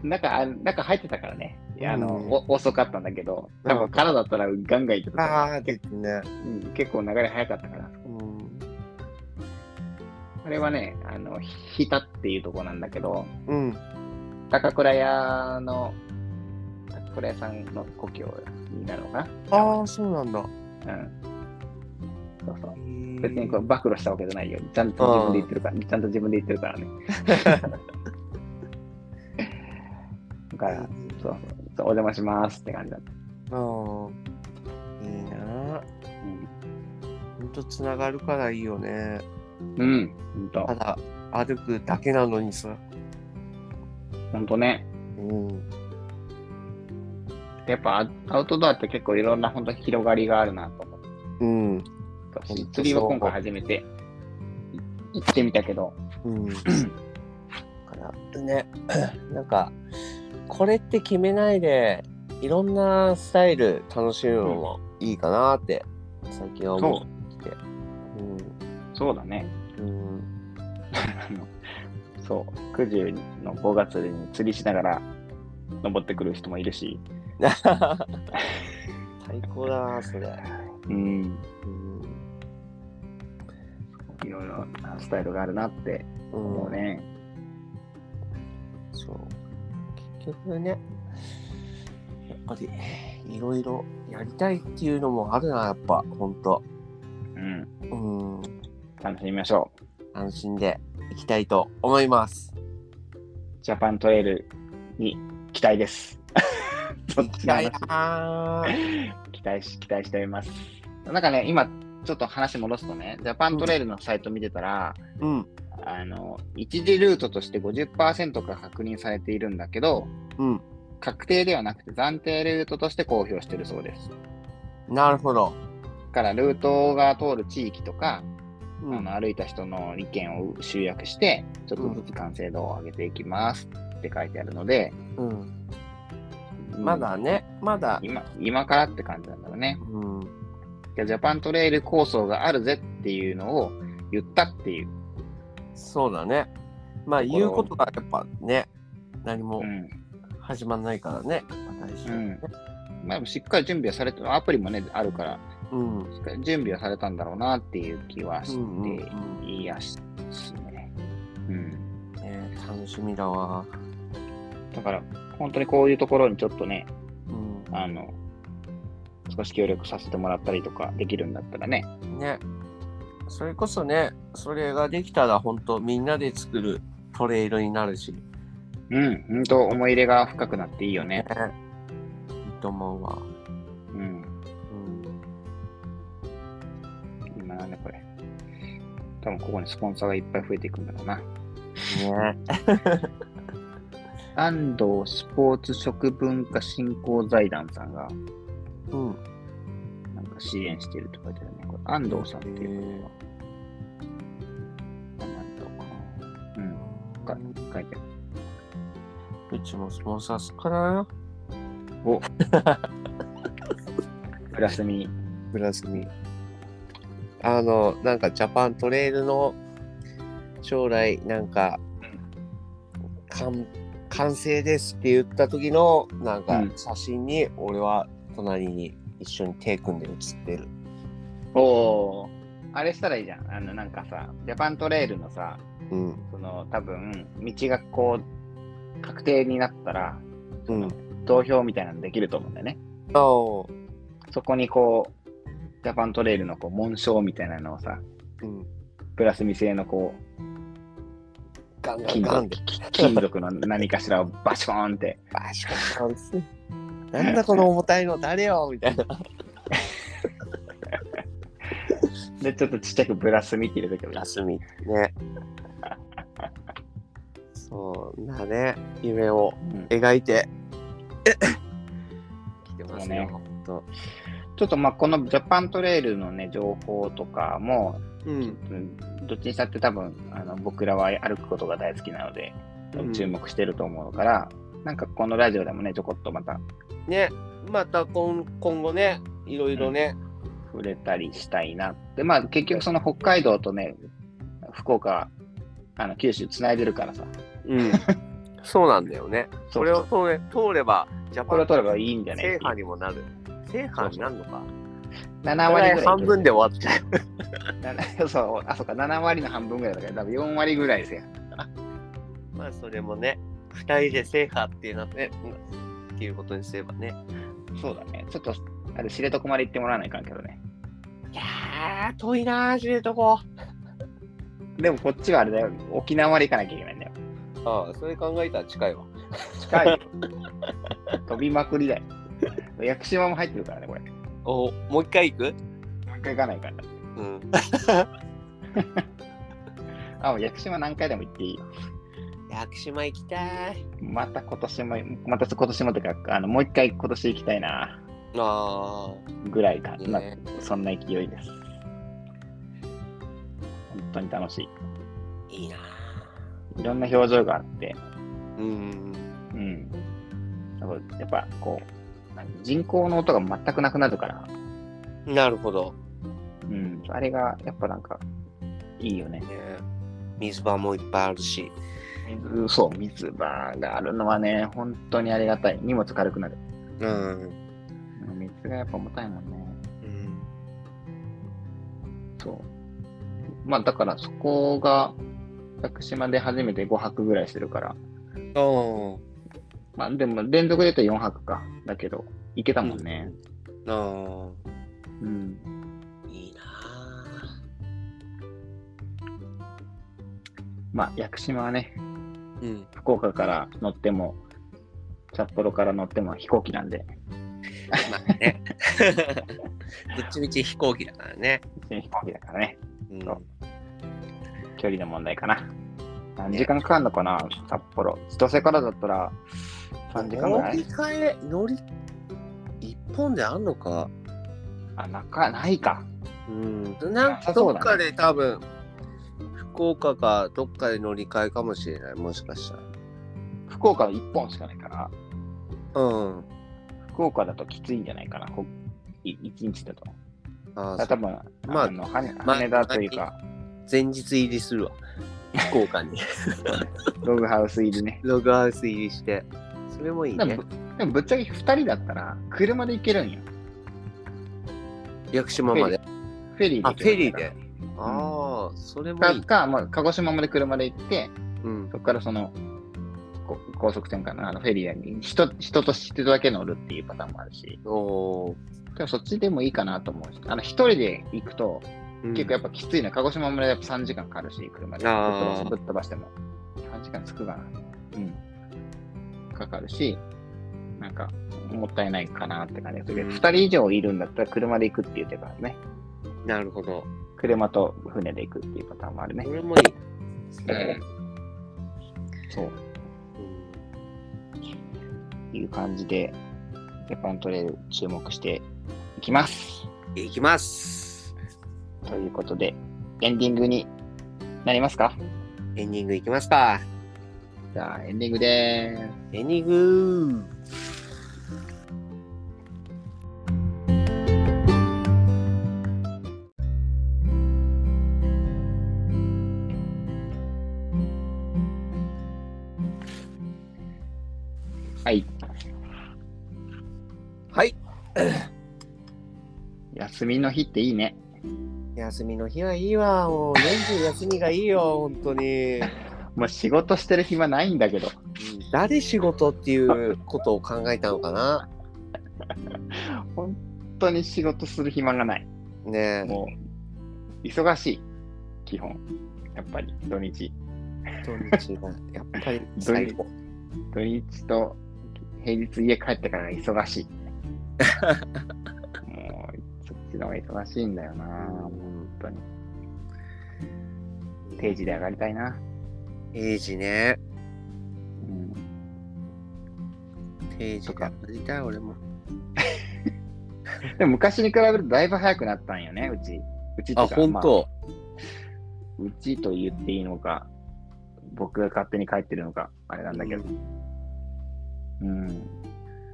[SPEAKER 1] 中、あ中入ってたからね。いや、あの、
[SPEAKER 2] うん
[SPEAKER 1] お遅かったんだけど、多分カナダだったらガンガン行ってたと思う。
[SPEAKER 2] ああ、ですね。
[SPEAKER 1] うん結構流れ早かったから。
[SPEAKER 2] うん。
[SPEAKER 1] あれはね、あの、ひたっていうとこなんだけど、
[SPEAKER 2] うん。
[SPEAKER 1] 高倉屋の、高倉屋さんの故郷になるのか
[SPEAKER 2] ああ、そうなん
[SPEAKER 1] な
[SPEAKER 2] だ。
[SPEAKER 1] うん。そうそう。別にこう暴露したわけじゃないよ。ちゃんと自分で言ってるから、ちゃんと自分で言ってるから ね。だから、そうそうそう、お邪魔しますって感じだった。
[SPEAKER 2] うん。いいな。ほんとつながるからいいよね。
[SPEAKER 1] うん、うん、ほんと
[SPEAKER 2] た、だ歩くだけなのにさ。
[SPEAKER 1] ほんとね。
[SPEAKER 2] うん。
[SPEAKER 1] やっぱアウトドアって結構いろんな本当広がりがあるなと思って
[SPEAKER 2] うん。
[SPEAKER 1] た
[SPEAKER 2] ほんと
[SPEAKER 1] し
[SPEAKER 2] そう
[SPEAKER 1] 釣りは今回初めてい行ってみたけど、
[SPEAKER 2] うん。だからね、 なんか、これって決めないで、いろんなスタイル楽しむのもいいかなって、最近は思ってきて。
[SPEAKER 1] そうだね。
[SPEAKER 2] うん。うん。
[SPEAKER 1] あのそう、九十の棒が釣りに釣りしながら登ってくる人もいるし、
[SPEAKER 2] 最高だな、それ。
[SPEAKER 1] うん、
[SPEAKER 2] うん。
[SPEAKER 1] いろいろなスタイルがあるなって思うね。
[SPEAKER 2] そう。結局ね、やっぱりいろいろやりたいっていうのもあるな、やっぱ、ほんと。
[SPEAKER 1] うん、
[SPEAKER 2] うん。
[SPEAKER 1] 楽しみましょう。
[SPEAKER 2] 安心でいきたいと思います。
[SPEAKER 1] ジャパントレイルに期待です。そっ
[SPEAKER 2] 行
[SPEAKER 1] ち
[SPEAKER 2] き
[SPEAKER 1] の
[SPEAKER 2] たい
[SPEAKER 1] 話
[SPEAKER 2] なー
[SPEAKER 1] 期待し、期待しております。なんかね、今、ちょっと話戻すとね、ジャパントレイルのサイト見てたら、
[SPEAKER 2] うん。
[SPEAKER 1] あの、一次ルートとして50%が確認されているんだけど、
[SPEAKER 2] うん。
[SPEAKER 1] 確定ではなくて暫定ルートとして公表してるそうです。
[SPEAKER 2] なるほど。
[SPEAKER 1] だからルートが通る地域とか、
[SPEAKER 2] う
[SPEAKER 1] あ
[SPEAKER 2] ん。
[SPEAKER 1] の歩いた人の意見を集約して、ちょっとずつ完成度を上げていきますって書いてあるので、
[SPEAKER 2] うん、まだね、まだ
[SPEAKER 1] うん、。今今からって感じなんだろうね。
[SPEAKER 2] うん。
[SPEAKER 1] でジャパントレイル構想があるぜっていうのを言ったっていう。
[SPEAKER 2] そうだね。まあ、
[SPEAKER 1] ところ
[SPEAKER 2] 言うことがやっぱね、何も
[SPEAKER 1] うん
[SPEAKER 2] 始まんないからね。まあ大事だよね
[SPEAKER 1] まあ、しっかり準備はされてる、アプリもね、あるから、
[SPEAKER 2] うん。
[SPEAKER 1] しっかり準備はされたんだろうなっていう気はして、
[SPEAKER 2] うんうんうん
[SPEAKER 1] いやし、ね。うん。
[SPEAKER 2] ね楽しみだわ。
[SPEAKER 1] だから、本当にこういうところにちょっとね、
[SPEAKER 2] うん。
[SPEAKER 1] あの、少し協力させてもらったりとかできるんだったらね。
[SPEAKER 2] ねそれこそねそれができたら本当みんなで作るトレイルになるし、
[SPEAKER 1] うん、本当思い入れが深くなっていいよね。
[SPEAKER 2] いいと思うわ、
[SPEAKER 1] うん。
[SPEAKER 2] うん、
[SPEAKER 1] 今なんだこれ。多分ここにスポンサーがいっぱい増えていくんだろうな。
[SPEAKER 2] ね
[SPEAKER 1] 安藤スポーツ食文化振興財団さんが、
[SPEAKER 2] うん
[SPEAKER 1] なんか支援してるとか言ってたね。これ安藤さんっていう方が、なんとかな。うん、か書いてある。
[SPEAKER 2] うちもスポンサーすっからな
[SPEAKER 1] おプラスに。
[SPEAKER 2] ブラスミあのなんかジャパントレイルの将来なんか完完成ですって言った時のなんか
[SPEAKER 1] うん
[SPEAKER 2] 写真に俺は隣に一緒に手組んで写ってる。
[SPEAKER 1] おお。あれしたらいいじゃん。あの、なんかさ、ジャパントレールのさ、
[SPEAKER 2] うん。
[SPEAKER 1] その、多分、道がこう、確定になったら、
[SPEAKER 2] うん。
[SPEAKER 1] 投票みたいなのできると思うんだよね。
[SPEAKER 2] ああ。
[SPEAKER 1] そこにこう、ジャパントレールのこう、紋章みたいなのをさ、
[SPEAKER 2] うん。
[SPEAKER 1] プラス未成のこう、
[SPEAKER 2] ガンガン
[SPEAKER 1] 金
[SPEAKER 2] ガン
[SPEAKER 1] 属
[SPEAKER 2] で。
[SPEAKER 1] 金属 の何かしらをバシコーンって。
[SPEAKER 2] バシコンですね。なんだこの重たいの誰よみたいな。
[SPEAKER 1] で、ちょっとちっちゃくブラスミって入れとけばいい
[SPEAKER 2] 休みね。そんなね、夢を
[SPEAKER 1] うん
[SPEAKER 2] 描いて。来てますね。
[SPEAKER 1] そ
[SPEAKER 2] ほんと
[SPEAKER 1] ちょっとまあこのジャパントレールのね情報とかも、
[SPEAKER 2] うん。
[SPEAKER 1] うんどっちにしたって多分あの僕らは歩くことが大好きなので、
[SPEAKER 2] うん
[SPEAKER 1] 注目してると思うから、なんかこのラジオでもねちょこっとまた
[SPEAKER 2] ね、また今今後ね、いろいろね、
[SPEAKER 1] 触れたりしたいなって、まあ結局その北海道とね、福岡、あの九州つないでるからさ、
[SPEAKER 2] うん。そうなんだよね。
[SPEAKER 1] そ
[SPEAKER 2] そうれを通れ通れば、ジャ
[SPEAKER 1] こ
[SPEAKER 2] パ
[SPEAKER 1] れを
[SPEAKER 2] ン
[SPEAKER 1] 取ればいいんじゃない
[SPEAKER 2] 制覇にもなる。制覇になるのか。
[SPEAKER 1] ?7 割ぐらいいける。
[SPEAKER 2] 半分で終わっちゃう。
[SPEAKER 1] 7 そう、あ、そうか、7割の半分ぐらいだから、多分4割ぐらいですよ。
[SPEAKER 2] まあそれもね、二人で制覇っていうのはね、っていうことにすればね。
[SPEAKER 1] そうだね。ちょっと、あれ、知床まで行ってもらわないかんけどね。
[SPEAKER 2] いやー、遠いなー、知床。
[SPEAKER 1] でもこっちはあれだよ、沖縄まで行かなきゃいけないんだよ。
[SPEAKER 2] ああ、それ考えたら近いわ。
[SPEAKER 1] 近い よ。飛びまくりだよ。屋久島も入ってるからね、これ。も
[SPEAKER 2] おもう一回行く
[SPEAKER 1] う一回行かないから。
[SPEAKER 2] うん。
[SPEAKER 1] あ、もう屋久島何回でも行っていいよ。
[SPEAKER 2] 屋久島行きたい。
[SPEAKER 1] また今年も、また今年もとか、あのもう一回今年行きたいな、
[SPEAKER 2] あ
[SPEAKER 1] ぐらいか。
[SPEAKER 2] あ、いい
[SPEAKER 1] まあ、
[SPEAKER 2] ね。
[SPEAKER 1] そんな勢いです。本当に楽しい。
[SPEAKER 2] いいない
[SPEAKER 1] ろんな表情があって、
[SPEAKER 2] ー。うん。
[SPEAKER 1] うん。やっぱこう、なんか人工の音が全くなくなるから、
[SPEAKER 2] なるほど。
[SPEAKER 1] うん、あれがやっぱなんか、いいよね
[SPEAKER 2] ね。、水場もいっぱいあるし。
[SPEAKER 1] 水そう、水場があるのはね、本当にありがたい。荷物軽くなる。
[SPEAKER 2] うん。
[SPEAKER 1] 水がやっぱ重たいもんね。
[SPEAKER 2] うん、
[SPEAKER 1] そう。まあだからそこが、屋久島で初めて5泊ぐらいしてるから。
[SPEAKER 2] あ
[SPEAKER 1] まあでも連続で言うと4泊か。だけど、行けたもんね。
[SPEAKER 2] あ。あ
[SPEAKER 1] うん。
[SPEAKER 2] あ。いいな
[SPEAKER 1] まあ屋久島はね、
[SPEAKER 2] ー。うん。
[SPEAKER 1] 福岡から乗っても、札幌から乗っても飛行機なんで、
[SPEAKER 2] ま あね。どっちみち飛行機だからね。
[SPEAKER 1] 飛行機だからね、
[SPEAKER 2] うん
[SPEAKER 1] そう距離の問題かな。何時間かかるのかな、札幌。千歳からだったら3時間ぐら
[SPEAKER 2] 乗り
[SPEAKER 1] い
[SPEAKER 2] 換え、乗り、一本であんのか。
[SPEAKER 1] あ、なか、ないか。
[SPEAKER 2] うん。なんかどっかで多分、福岡かどっかで乗り換えかもしれない、もしかした
[SPEAKER 1] 福岡は1本しかないから、
[SPEAKER 2] ら。うん。
[SPEAKER 1] 福岡だときついんじゃないかな、こい一日だと。
[SPEAKER 2] あ
[SPEAKER 1] だ
[SPEAKER 2] あ
[SPEAKER 1] 多分、
[SPEAKER 2] まあ
[SPEAKER 1] あのはね
[SPEAKER 2] まあ
[SPEAKER 1] 羽田というか、
[SPEAKER 2] 前日入りするわ。福岡 に。
[SPEAKER 1] ログハウス入りね。
[SPEAKER 2] ログハウス入りして。それもいい
[SPEAKER 1] でも
[SPEAKER 2] ね。
[SPEAKER 1] ぶでもぶっちゃけ2人だったら、車で行けるんよ。
[SPEAKER 2] 屋久島まで。
[SPEAKER 1] フェリーで
[SPEAKER 2] あ、
[SPEAKER 1] 行
[SPEAKER 2] フ
[SPEAKER 1] ける
[SPEAKER 2] ェリー
[SPEAKER 1] から
[SPEAKER 2] で。ああ、それもい
[SPEAKER 1] か
[SPEAKER 2] い。
[SPEAKER 1] か、まあ、鹿児島まで車で行って、
[SPEAKER 2] うん。
[SPEAKER 1] そこからその、こ高速船かな、あのフェリーに人人と人だけ乗るっていうパターンもあるし、
[SPEAKER 2] おー。
[SPEAKER 1] でもそっちでもいいかなと思うし、あの一人で行くと、
[SPEAKER 2] うん
[SPEAKER 1] 結構やっぱきついな、鹿児島までやっぱ3時間かかるし、車でぶっ
[SPEAKER 2] あ
[SPEAKER 1] 飛ば
[SPEAKER 2] ー
[SPEAKER 1] ぶっ飛ばしても、3時間つくかな、うん、かかるし、なんか、もったいないかなって感じがするけど、
[SPEAKER 2] う
[SPEAKER 1] 2
[SPEAKER 2] ん
[SPEAKER 1] 人以上いるんだったら車で行くっていう手があるね、
[SPEAKER 2] なるほど。
[SPEAKER 1] 車と船で行くっていうパターンもあるね
[SPEAKER 2] こ。れもいい。
[SPEAKER 1] そういう感じで、ジャパントレール注目していきます。
[SPEAKER 2] いきます。
[SPEAKER 1] ということで、エンディングになりますか
[SPEAKER 2] エンディングいきますか。
[SPEAKER 1] じゃあ、エンディングでーす。
[SPEAKER 2] エンディング
[SPEAKER 1] はい。
[SPEAKER 2] はい。
[SPEAKER 1] 休みの日っていいね。
[SPEAKER 2] 休みの日はいいわ。もう年中休みがいいよ、本当 に。
[SPEAKER 1] もう仕事してる暇ないんだけど。
[SPEAKER 2] 誰仕事っていうことを考えたのかな。
[SPEAKER 1] 本当に仕事する暇がない。
[SPEAKER 2] ねえ。
[SPEAKER 1] もう、忙しい。基本。やっぱり、土日。
[SPEAKER 2] 土日がやっぱり最後。
[SPEAKER 1] 土日と平日家帰ってから忙 しい。もう、そっちの方が忙しいんだよな。本当に。定時で上がりたいな。
[SPEAKER 2] 定時ね。
[SPEAKER 1] うん。
[SPEAKER 2] 定時が上がりたい、俺も。
[SPEAKER 1] でも昔に比べるとだいぶ早くなったんよね、うち。うちってい
[SPEAKER 2] あ、
[SPEAKER 1] うか
[SPEAKER 2] 本
[SPEAKER 1] まあ
[SPEAKER 2] 当。
[SPEAKER 1] うちと言っていいのか、僕が勝手に帰ってるのか、あれなんだけど。うん。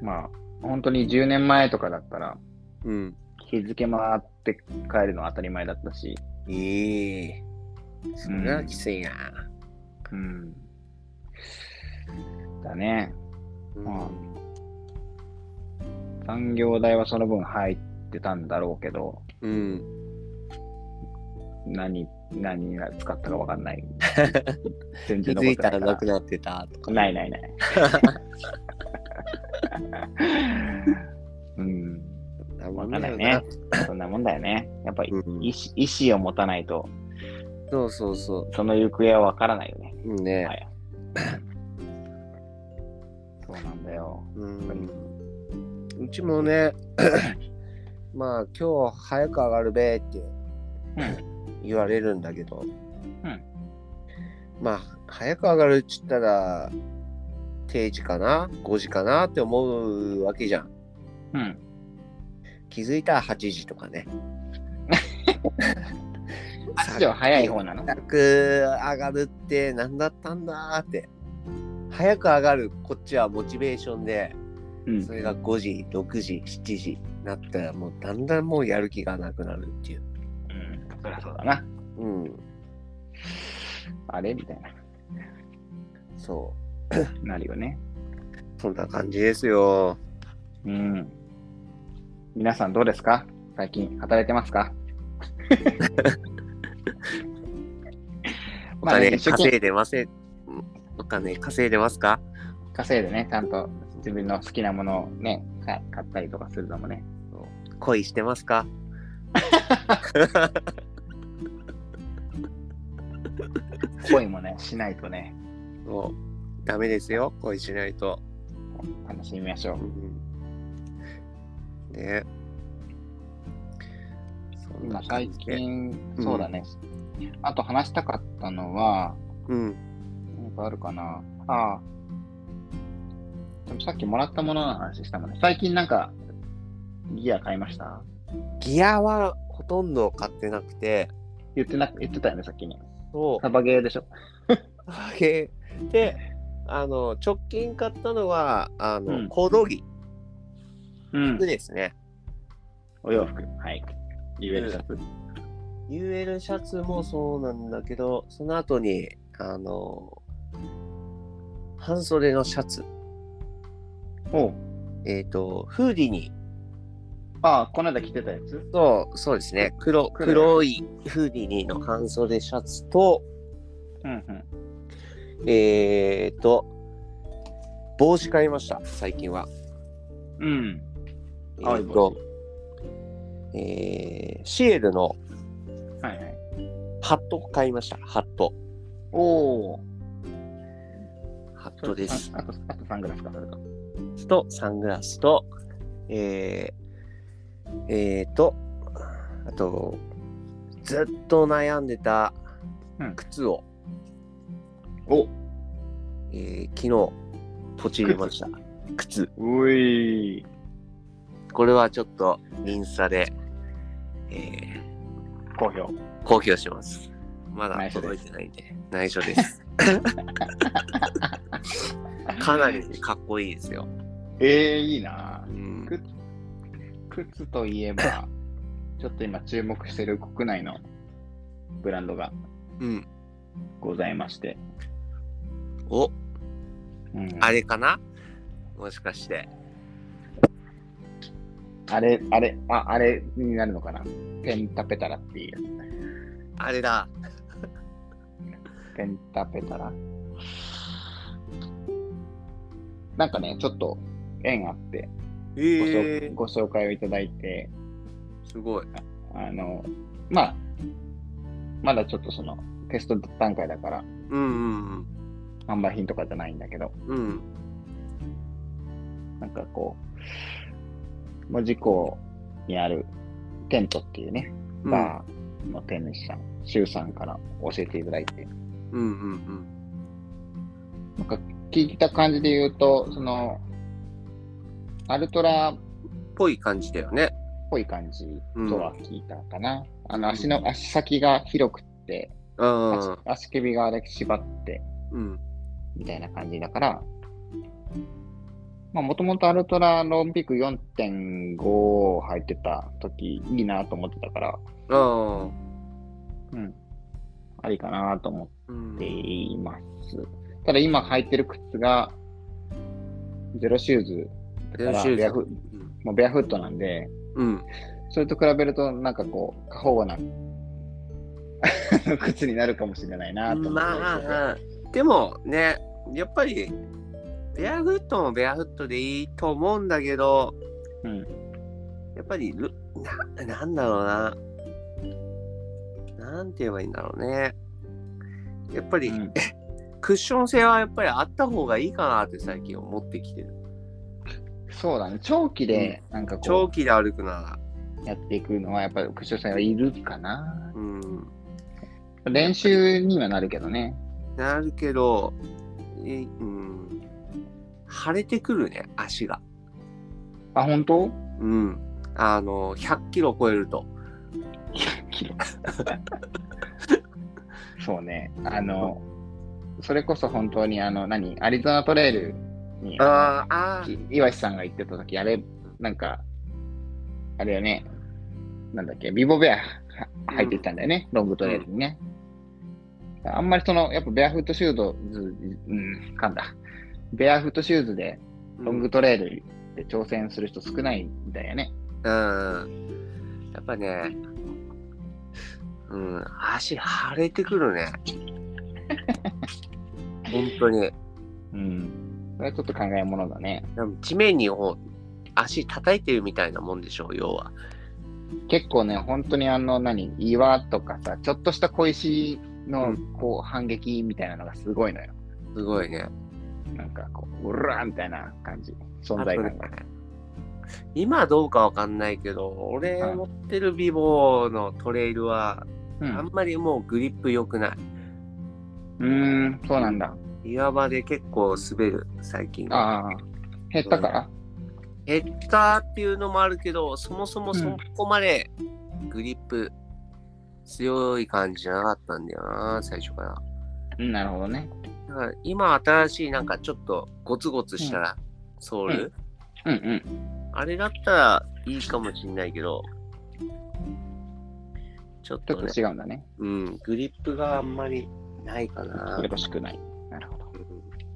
[SPEAKER 1] まあ、本当に10年前とかだったら、
[SPEAKER 2] うん。
[SPEAKER 1] 日付回って帰るのは当たり前だったし、
[SPEAKER 2] いい。それはきついな。
[SPEAKER 1] うん。だね。まあ、産業代はその分入ってたんだろうけど、
[SPEAKER 2] うん。
[SPEAKER 1] 何、何が使ったかわかん ない。全
[SPEAKER 2] 気
[SPEAKER 1] 然残
[SPEAKER 2] づ
[SPEAKER 1] ってな
[SPEAKER 2] いた
[SPEAKER 1] いから
[SPEAKER 2] なくなってたとか。
[SPEAKER 1] ないない ない。うん、
[SPEAKER 2] な
[SPEAKER 1] わ
[SPEAKER 2] ん
[SPEAKER 1] かんな
[SPEAKER 2] だよ
[SPEAKER 1] いね。。そんなもんだよね。やっぱり
[SPEAKER 2] うん
[SPEAKER 1] 意思意思を持たないと、
[SPEAKER 2] そうそうそ
[SPEAKER 1] その行方はわからないよね。
[SPEAKER 2] う。ね。
[SPEAKER 1] はい。そうなんだよ。
[SPEAKER 2] うん。うちもね、 まあ今日早く上がるべって言われるんだけど、
[SPEAKER 1] うん
[SPEAKER 2] まあ早く上がるっつったら定時かな5時かなって思うわけじゃん
[SPEAKER 1] うん。
[SPEAKER 2] 気づいたら8時とかね
[SPEAKER 1] 足は早い方なの。
[SPEAKER 2] 早く上がるって何だったんだって早く上がるこっちはモチベーションで
[SPEAKER 1] うん
[SPEAKER 2] そ。れが5時6時7時なったらもうだんだんもうやる気がなくなるっていう
[SPEAKER 1] うんそりゃそうだな。
[SPEAKER 2] うん
[SPEAKER 1] あれみたいな。
[SPEAKER 2] そ
[SPEAKER 1] なるよね。
[SPEAKER 2] うそんな感じですよ
[SPEAKER 1] うん。皆さんどうですか最近働いてます か
[SPEAKER 2] お
[SPEAKER 1] まあね
[SPEAKER 2] 金
[SPEAKER 1] 一生懸
[SPEAKER 2] 稼
[SPEAKER 1] 命
[SPEAKER 2] いでますお金稼いでますか
[SPEAKER 1] 稼いでね、ちゃんと自分の好きなものをね、か買ったりとかするのもね。
[SPEAKER 2] 恋してますか
[SPEAKER 1] 恋 もね、しないとね、
[SPEAKER 2] もうダメですよ恋しないと、
[SPEAKER 1] 楽しみましょう。
[SPEAKER 2] ねそん
[SPEAKER 1] 今
[SPEAKER 2] な感
[SPEAKER 1] 最
[SPEAKER 2] じで
[SPEAKER 1] 近、
[SPEAKER 2] うん
[SPEAKER 1] そうだね。あと話したかったのは、
[SPEAKER 2] うん
[SPEAKER 1] なんかあるかなああ。でもさっきもらったものの話したもんね。最近なんか、ギア買いました
[SPEAKER 2] ギアはほとんど買ってなくて
[SPEAKER 1] 言ってな、言ってたよね、さっきね。
[SPEAKER 2] そう
[SPEAKER 1] サバゲーでしょ。
[SPEAKER 2] あげてあの直近買ったのはあの、
[SPEAKER 1] うん
[SPEAKER 2] コオロギ
[SPEAKER 1] うん
[SPEAKER 2] ですね、
[SPEAKER 1] お洋服。はい。UL シャツ。
[SPEAKER 2] UL シャツもそうなんだけどその後にあの半袖のシャツ
[SPEAKER 1] おう
[SPEAKER 2] えっ、とフーディに
[SPEAKER 1] ああ、この間着てたやつ
[SPEAKER 2] そうそうですね黒
[SPEAKER 1] 黒い
[SPEAKER 2] 黒いフーディニの半袖シャツと
[SPEAKER 1] うんうん。
[SPEAKER 2] えっ、と帽子買いました最近は
[SPEAKER 1] うん。
[SPEAKER 2] えっ、
[SPEAKER 1] 青い帽
[SPEAKER 2] と
[SPEAKER 1] 子、
[SPEAKER 2] えーシエルの
[SPEAKER 1] はいはい。
[SPEAKER 2] ハット買いましたハット
[SPEAKER 1] おお。
[SPEAKER 2] ハットです。
[SPEAKER 1] ああと、あとサングラスか、それと。
[SPEAKER 2] と、サングラスと、えー、えーと、あと、ずっと悩んでた
[SPEAKER 1] うん
[SPEAKER 2] 靴を、
[SPEAKER 1] お
[SPEAKER 2] えー昨日、ポチりました。靴。
[SPEAKER 1] うい。
[SPEAKER 2] これはちょっと、インスタで、えー、
[SPEAKER 1] 好評。
[SPEAKER 2] 公表します。まだ
[SPEAKER 1] 内緒です
[SPEAKER 2] 届いてないんで、内緒 です。かなりかっこいいですよ。
[SPEAKER 1] ええいいな
[SPEAKER 2] う。ん
[SPEAKER 1] く靴といえ ば、ちょっと今注目してる国内のブランドが
[SPEAKER 2] うん。
[SPEAKER 1] ございまして。
[SPEAKER 2] お、
[SPEAKER 1] うん
[SPEAKER 2] あれかなもしかして。
[SPEAKER 1] あれ、あれ、ああれになるのかな。ペンタペタラっていう。
[SPEAKER 2] あれだ。
[SPEAKER 1] ペンタペタラ。なんかね、ちょっと縁あって
[SPEAKER 2] え
[SPEAKER 1] ご紹、
[SPEAKER 2] ー、
[SPEAKER 1] ご紹介をいただいて、
[SPEAKER 2] すごい。
[SPEAKER 1] あの、まあ、まだちょっとその、テスト段階だから、
[SPEAKER 2] うんうん
[SPEAKER 1] 販売品とかじゃないんだけど、
[SPEAKER 2] うん。うん。
[SPEAKER 1] なんかこう、門司港にあるテントっていうね、
[SPEAKER 2] うん
[SPEAKER 1] バーの店主さん、周、さんから教えていただいて、
[SPEAKER 2] うんうん
[SPEAKER 1] なんか聞いた感じで言うと、その、アルトラっ
[SPEAKER 2] うん。ぽい感じだよね。
[SPEAKER 1] ぽい感じとは聞いたかな。あの、足の、足先が広くって、
[SPEAKER 2] うん
[SPEAKER 1] 足。足首があれ縛って、
[SPEAKER 2] うん。
[SPEAKER 1] みたいな感じだから、まあ、もともとアルトラのオリンピック4.5入ってた時いいなと思ってたから、
[SPEAKER 2] あ
[SPEAKER 1] うん。ありかなと思
[SPEAKER 2] あ。う
[SPEAKER 1] っ
[SPEAKER 2] ん
[SPEAKER 1] て。います。ただ今履いてる靴が、ゼロシューズだから、
[SPEAKER 2] シューズ
[SPEAKER 1] ベアフもうベアフットなんで、
[SPEAKER 2] うん。
[SPEAKER 1] それと比べると、なんかこう、過保護な 靴になるかもしれないなと思って。
[SPEAKER 2] まあ、でもね、やっぱり、ベアフットもベアフットでいいと思うんだけど、
[SPEAKER 1] うん、
[SPEAKER 2] やっぱりルな、なんだろうな。なんて言えばいいんだろうね。やっぱり、
[SPEAKER 1] うん
[SPEAKER 2] クッション性はやっぱりあった方がいいかなって最近思ってきてる。
[SPEAKER 1] そうだね。長期で、なんかこう、
[SPEAKER 2] 長期で歩くな
[SPEAKER 1] やっていくのは、やっぱりクショさんはいるかな
[SPEAKER 2] ら、。うん、
[SPEAKER 1] 練習にはなるけどね。
[SPEAKER 2] なるけど、えうん、腫れてくるね、足が。
[SPEAKER 1] あ、本当
[SPEAKER 2] うん。あの、100キロ超えると。
[SPEAKER 1] ?100 キロ。そうね。あの、それこそ本当に、あの、何アリゾナトレイルに、
[SPEAKER 2] あーあー、
[SPEAKER 1] き岩井さんが行ってた時、あれ、なんか、あれよね。なんだっけ、ビボベアは
[SPEAKER 2] うん
[SPEAKER 1] 入ってたんだよね。ロングトレイルにね。あんまりその、やっぱベアフットシューズ、うん、噛んだ。ベアフットシューズで、ロングトレイルで挑戦する人少ないんだよね。
[SPEAKER 2] うん。やっぱね、うん、足腫れてくる ね。本当に。
[SPEAKER 1] うん。それはちょっと考えものだね。
[SPEAKER 2] でも地面にこう足叩いてるみたいなもんでしょう、要は。
[SPEAKER 1] 結構ね、本当にあの、何、岩とかさ、ちょっとした小石
[SPEAKER 2] う
[SPEAKER 1] のこう反撃みたいなのがすごいのよ。
[SPEAKER 2] すごいね。
[SPEAKER 1] なんかこう、うらーみたいな感じ。存
[SPEAKER 2] あと
[SPEAKER 1] 在
[SPEAKER 2] ね
[SPEAKER 1] 感が。
[SPEAKER 2] 今どうかわかんないけど、俺
[SPEAKER 1] はい
[SPEAKER 2] 持ってるビボーのトレイルは、
[SPEAKER 1] う
[SPEAKER 2] あん
[SPEAKER 1] ん
[SPEAKER 2] まりもうグリップ良くな
[SPEAKER 1] うーん、そうなんだ。
[SPEAKER 2] い。岩場で結構滑る、最近は。
[SPEAKER 1] ああ、減ったから
[SPEAKER 2] ヘッダーっていうのもあるけど、そもそもそこまでグリップ強い感じじゃなかったんだよな、最初から。
[SPEAKER 1] うんなるほどね。
[SPEAKER 2] だから今新しいなんかちょっとゴツゴツしたら、ソール、
[SPEAKER 1] うんうん。
[SPEAKER 2] あれだったらいいかもしんないけど、ちょっ
[SPEAKER 1] ち
[SPEAKER 2] と
[SPEAKER 1] ょっ
[SPEAKER 2] ね、
[SPEAKER 1] と違うんだね。
[SPEAKER 2] うん、グリップがあんまりないかな。
[SPEAKER 1] よろしくない。なるほど。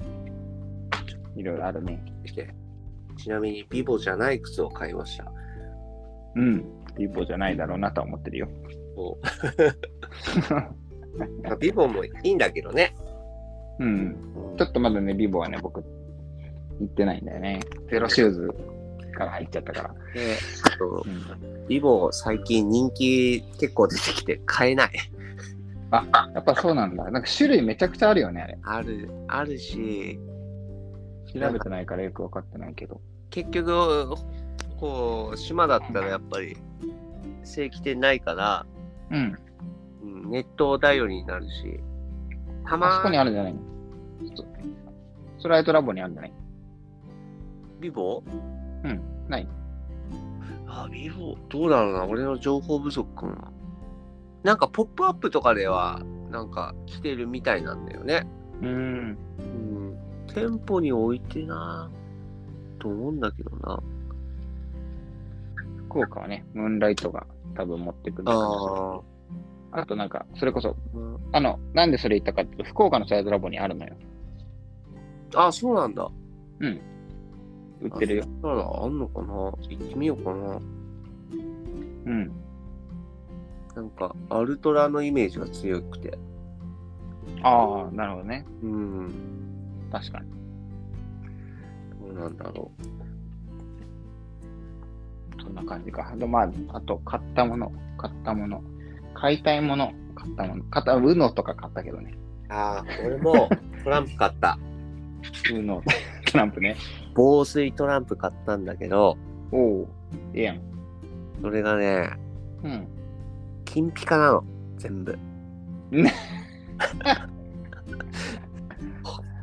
[SPEAKER 2] うん
[SPEAKER 1] いろいろあるね。
[SPEAKER 2] してちなみに、ビボじゃない靴を買いました。
[SPEAKER 1] うん。一方じゃないだろうなとは思ってるよ。
[SPEAKER 2] おまあビボもいいんだけどね。
[SPEAKER 1] うん。
[SPEAKER 2] うん
[SPEAKER 1] ちょっとまだね、ビボはね、僕、行ってないんだよね。ゼロシューズから入っちゃったから。
[SPEAKER 2] であと
[SPEAKER 1] うん
[SPEAKER 2] ビボ最近人気結構出てきて買えない。
[SPEAKER 1] あ、やっぱそうなんだ。なんか種類めちゃくちゃあるよね、あれ。
[SPEAKER 2] ある、あるし、
[SPEAKER 1] 調べてないからよく分かってないけど。
[SPEAKER 2] 結局、こう、島だったらやっぱり正規店ないから、
[SPEAKER 1] うん。
[SPEAKER 2] うんネット頼りになるし、
[SPEAKER 1] あ
[SPEAKER 2] た
[SPEAKER 1] そ
[SPEAKER 2] ま
[SPEAKER 1] こに
[SPEAKER 2] に
[SPEAKER 1] あるんじゃないのそストライトラボにあるんじゃない
[SPEAKER 2] ビボ
[SPEAKER 1] うん。ない。
[SPEAKER 2] あ、ビボどうだろうな、俺の情報不足かな。なんか、ポップアップとかでは、なんか、来てるみたいなんだよね。
[SPEAKER 1] うん。
[SPEAKER 2] うん。店舗に置いてな、と思うんだけどな。
[SPEAKER 1] 福岡はね、ムーンライトが多分持ってくるのかな。
[SPEAKER 2] ああ。
[SPEAKER 1] あとなんか、それこそ、
[SPEAKER 2] うん
[SPEAKER 1] あの、なんでそれ言ったかっていうと、福岡のストライトラボにあるのよ。
[SPEAKER 2] あ、そうなんだ。
[SPEAKER 1] うん。売ってるよ。
[SPEAKER 2] あそうなのあんのかな行ってみようかな。
[SPEAKER 1] うん。
[SPEAKER 2] なんか、アルトラのイメージが強くて。
[SPEAKER 1] ああ、なるほどね。
[SPEAKER 2] うん。
[SPEAKER 1] 確かに。
[SPEAKER 2] どうなんだろ
[SPEAKER 1] そんな感じか。で、まあ、あと、買ったもの、買ったもの、買いたいもの、買ったもの、買った、ウノとか買ったけどね。
[SPEAKER 2] う。ああ、俺もトランプ買った。
[SPEAKER 1] ウノ、トラン プね。
[SPEAKER 2] 防水トランプ買ったんだけど、
[SPEAKER 1] おお、ええやん。
[SPEAKER 2] それがね、
[SPEAKER 1] うん。
[SPEAKER 2] 金ピカなの。全部。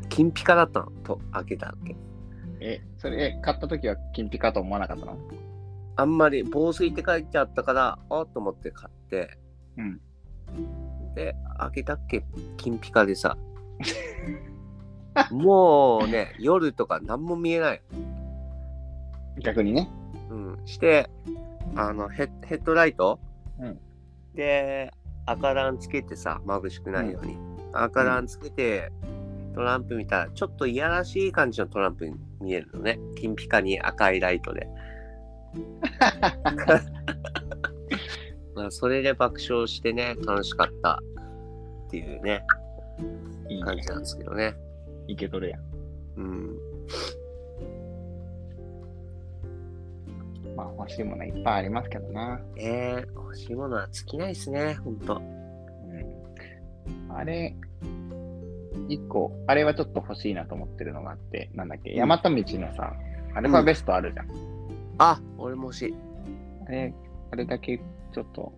[SPEAKER 2] 金ピカだったの。と、開けたわけ。
[SPEAKER 1] え、それ、え買った時は金ピカと思わなかったの
[SPEAKER 2] あんまり防水って書いてあったから、あっと思って買って。
[SPEAKER 1] うん。
[SPEAKER 2] で、開けたっけ金ピカでさ。もうね、夜とか何も見えない。
[SPEAKER 1] 逆にね。
[SPEAKER 2] うん。して、あのヘッ、ヘッドライト、
[SPEAKER 1] うん
[SPEAKER 2] で、赤ランつけてさ、眩しくないように。赤ランつけて、トランプ見たら、ちょっといやらしい感じのトランプに見えるのね。金ピカに赤いライ トで。まあ、それで爆笑してね、楽しかったっていうね、
[SPEAKER 1] いい
[SPEAKER 2] 感
[SPEAKER 1] ね
[SPEAKER 2] じ。なんですけどね。
[SPEAKER 1] いけとるやん。
[SPEAKER 2] うん。
[SPEAKER 1] まあ、欲しいものいっぱいありますけどな。
[SPEAKER 2] えー、欲しいものは尽きないですね、ほんと。
[SPEAKER 1] うん。あれ、一個、あれはちょっと欲しいなと思ってるのがあって、なんだっけ、
[SPEAKER 2] う
[SPEAKER 1] 大
[SPEAKER 2] ん
[SPEAKER 1] 和道のさ、アルファベストあるじゃん。
[SPEAKER 2] あ、俺も欲しい。
[SPEAKER 1] あれ、あれだけちょっと、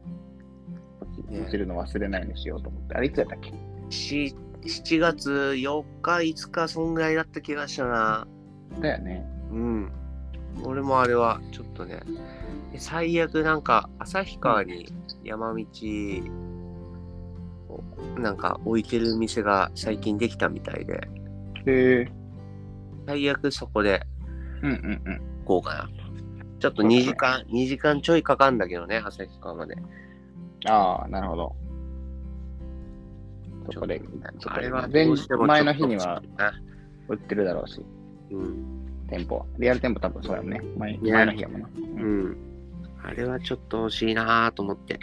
[SPEAKER 1] 落ち
[SPEAKER 2] ね
[SPEAKER 1] 落ちるの忘れないようにしようと思って。あれいつやったっけ
[SPEAKER 2] し7月4日5日そんぐらいだった気がしたな
[SPEAKER 1] だよね。
[SPEAKER 2] うん俺もあれはちょっとねえ最悪なんか旭川に山道をなんか置いてる店が最近できたみたいで
[SPEAKER 1] へえ。
[SPEAKER 2] 最悪そこで
[SPEAKER 1] うんうんうん。
[SPEAKER 2] 行こうかなちょっと2時間2時間ちょいかかんだけどね旭川まで
[SPEAKER 1] ああ、なるほど。そこで、そこで前
[SPEAKER 2] どうしても
[SPEAKER 1] 前の日には
[SPEAKER 2] ちょっとね
[SPEAKER 1] 売ってるだろうし、
[SPEAKER 2] うん
[SPEAKER 1] 店舗は。リアル店舗多分そうやもんね。前
[SPEAKER 2] ね
[SPEAKER 1] 前の日やもんな。
[SPEAKER 2] うん。あれはちょっと欲しいなぁと思って。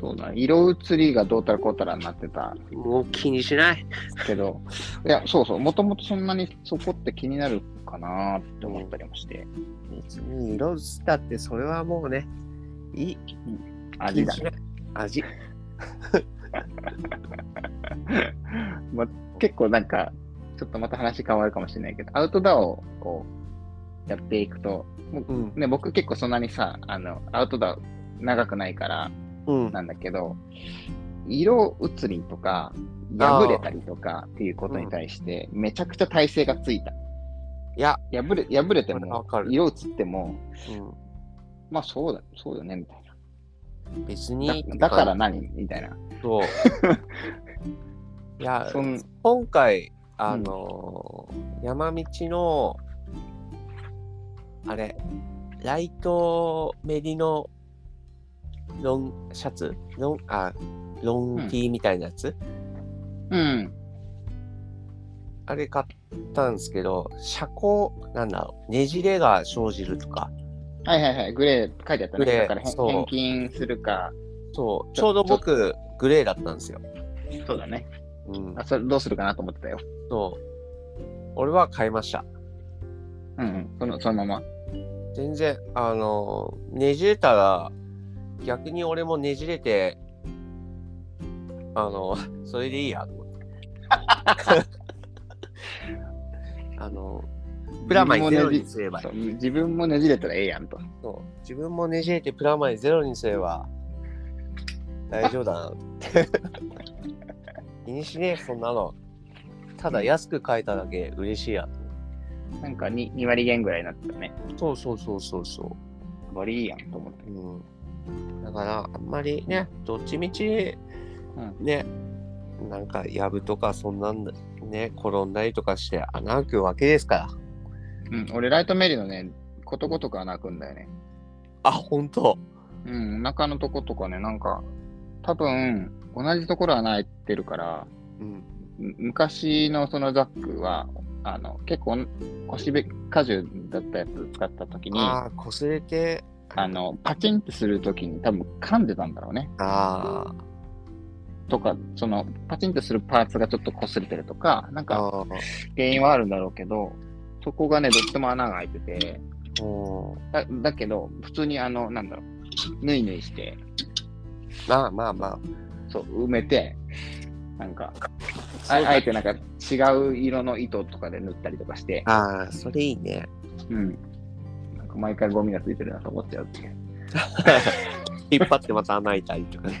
[SPEAKER 1] そうだ、色移りがどうたらこうたらになってた
[SPEAKER 2] もう気にしない。
[SPEAKER 1] けど、いや、そうそう、もともとそんなにそこって気になるかなって思ったりもして、
[SPEAKER 2] 別に色だってそれはもうね、いい。
[SPEAKER 1] 味だ。
[SPEAKER 2] 味。
[SPEAKER 1] まあ、結構なんか、ちょっとまた話変わるかもしれないけど、アウトドアをこう、やっていくと、も
[SPEAKER 2] うん
[SPEAKER 1] う。ね、僕結構そんなにさ、あの、アウトドア長くないから
[SPEAKER 2] うん。
[SPEAKER 1] なんだけど、色移りとか、破れたりとかっていうことに対して、めちゃくちゃ耐性がついた。
[SPEAKER 2] いや、
[SPEAKER 1] 破れ破れて
[SPEAKER 2] これわ
[SPEAKER 1] も
[SPEAKER 2] か、る
[SPEAKER 1] 色移っても、まあそうだ、そうだね、みたいな。
[SPEAKER 2] うん、別
[SPEAKER 1] だ
[SPEAKER 2] に。
[SPEAKER 1] だから何みたいな。
[SPEAKER 2] そう。いや
[SPEAKER 1] そ、ん
[SPEAKER 2] 今回、あのー山道の、あれ、ライトメリのロンシャツロン、あ、ロン T みたいなやつ、
[SPEAKER 1] うん。
[SPEAKER 2] あれ買ったんですけど、車高、なんだろう、ねじれが生じるとか、
[SPEAKER 1] はいはいはい。グレー書いてあった
[SPEAKER 2] グ
[SPEAKER 1] ね。
[SPEAKER 2] レー
[SPEAKER 1] だから返
[SPEAKER 2] そう
[SPEAKER 1] 返金するか。
[SPEAKER 2] そう、ち
[SPEAKER 1] ち
[SPEAKER 2] ょ
[SPEAKER 1] ょ
[SPEAKER 2] うど僕、グレーだったんですよ。
[SPEAKER 1] そうだね。
[SPEAKER 2] うん
[SPEAKER 1] あ、、それどうするかなと思ってたよ。
[SPEAKER 2] そう。俺は買いました。
[SPEAKER 1] うん、うん。そのそのまま。
[SPEAKER 2] 全然、あの、ねじれたら、逆に俺もねじれて、あの、 それでい いや、と思って。あの、プラマイゼロにすればいい
[SPEAKER 1] そう自分もねじれたらええやんと。
[SPEAKER 2] そう自分もねじれてプラマイゼロにすれば大丈夫だなって気にしねえそんなのただ安く買えただけ嬉しいや
[SPEAKER 1] なんか 2, 2割減ぐらいになってたね。
[SPEAKER 2] そうそうそうそうそ
[SPEAKER 1] 割りいいやんと思って。
[SPEAKER 2] う、うん、だからあんまりねどっちみち、
[SPEAKER 1] う
[SPEAKER 2] ねなんかやぶとかそんなんだね転んだりとかして穴開くわけですから
[SPEAKER 1] うん。俺、ライトメリーのね、ことごとく穴開くんだよね。
[SPEAKER 2] あ本当
[SPEAKER 1] うん。お腹のとことかね、なんか、多分、同じところ穴開いてるから、
[SPEAKER 2] うん
[SPEAKER 1] む昔のそのザックはあの、結構、腰べ荷重だったやつ使った時に、あ
[SPEAKER 2] ああ、こすれて、
[SPEAKER 1] の、パチンってする時に多分噛んでたんだろうね。
[SPEAKER 2] ああ、
[SPEAKER 1] とか、その、パチンってするパーツがちょっと擦れてるとか、なんか
[SPEAKER 2] あ
[SPEAKER 1] 原因はあるんだろうけど、そこがね、どっちも穴が開いてて、
[SPEAKER 2] あ、お
[SPEAKER 1] だだけど、普通にあの、なんだろう、ぬいぬいして、
[SPEAKER 2] まあまあま
[SPEAKER 1] そう、埋めて、なんか、
[SPEAKER 2] あ。
[SPEAKER 1] ああえてなんか違う色の糸とかで塗ったりとかして、
[SPEAKER 2] ああ、それいいね。
[SPEAKER 1] うん。なんか毎回ゴミがついてるなと思っちゃうっていう。
[SPEAKER 2] 引っ張ってまた穴開いたりとか ね。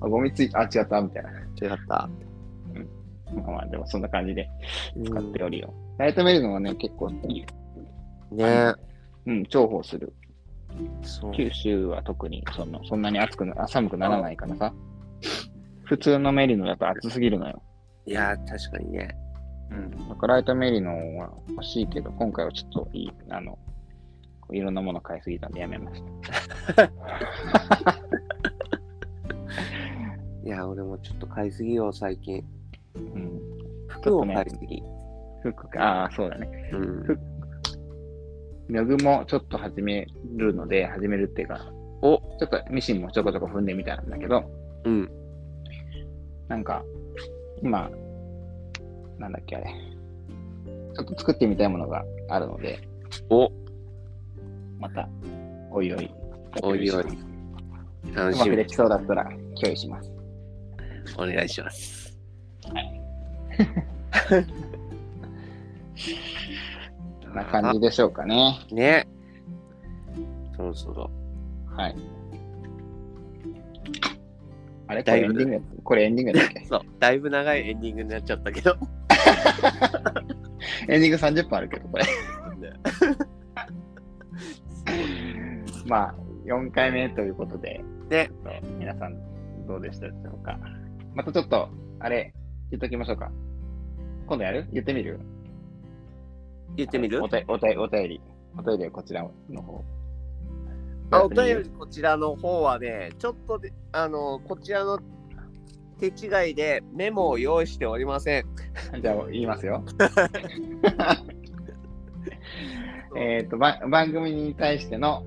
[SPEAKER 1] あ、ゴミつい、あ、違った、みたいな。
[SPEAKER 2] 違った。
[SPEAKER 1] まあまあ、でもそんな感じで使
[SPEAKER 2] う
[SPEAKER 1] っ
[SPEAKER 2] ん
[SPEAKER 1] ておりよ。ライトメルのはね、結構いい。
[SPEAKER 2] ね
[SPEAKER 1] うん、重宝する。
[SPEAKER 2] そう。
[SPEAKER 1] 九州は特にそのそんなに暑くなあ寒くならないからさ。普通のメリノだと暑すぎるのよ。
[SPEAKER 2] いやー、確かにね。
[SPEAKER 1] うん。だからライトメリノは欲しいけど、今回はちょっといい、あの、こういろんなもの買いすぎたんでやめました。
[SPEAKER 2] いやー、俺もちょっと買いすぎよ、最近。
[SPEAKER 1] うん。
[SPEAKER 2] 服を買いすぎ。
[SPEAKER 1] 服か、ああ、そうだね。
[SPEAKER 2] うん。
[SPEAKER 1] 服ログもちょっと始めるので、始めるっていうか、
[SPEAKER 2] お
[SPEAKER 1] ちょっとミシンもちょこちょこ踏んでみたんだけど、
[SPEAKER 2] うん。
[SPEAKER 1] なんか、今、なんだっけあれ、ちょっと作ってみたいものがあるので、
[SPEAKER 2] お
[SPEAKER 1] また、おいおい、
[SPEAKER 2] おいおい。
[SPEAKER 1] う
[SPEAKER 2] 楽
[SPEAKER 1] ま
[SPEAKER 2] し
[SPEAKER 1] く
[SPEAKER 2] み
[SPEAKER 1] で。きそうだったら共有します。
[SPEAKER 2] お願いします。
[SPEAKER 1] こんな感じでしょうかね。
[SPEAKER 2] ね。そろそろ。
[SPEAKER 1] はい。あれこ
[SPEAKER 2] だ
[SPEAKER 1] れ
[SPEAKER 2] い
[SPEAKER 1] エン
[SPEAKER 2] ぶ
[SPEAKER 1] ディングこれエンディングだっけ
[SPEAKER 2] そう、だいぶ長いエンディングになっちゃったけど。
[SPEAKER 1] エンディング30分あるけど、これ。 まあ、4回目ということで、ち
[SPEAKER 2] ね
[SPEAKER 1] ょっと皆さんどうでしたでしょうか。またちょっと、あれ、言っときましょうか。今度やる言ってみる
[SPEAKER 2] 言ってみる
[SPEAKER 1] おたおたお便り。お便りはこちらの方。
[SPEAKER 2] あお便りこちらの方はね、ちょっとで、あの、こちらの手違いでメモを用意しておりません。
[SPEAKER 1] り。じゃあ、言いますよ。えっと、ば番組に対しての、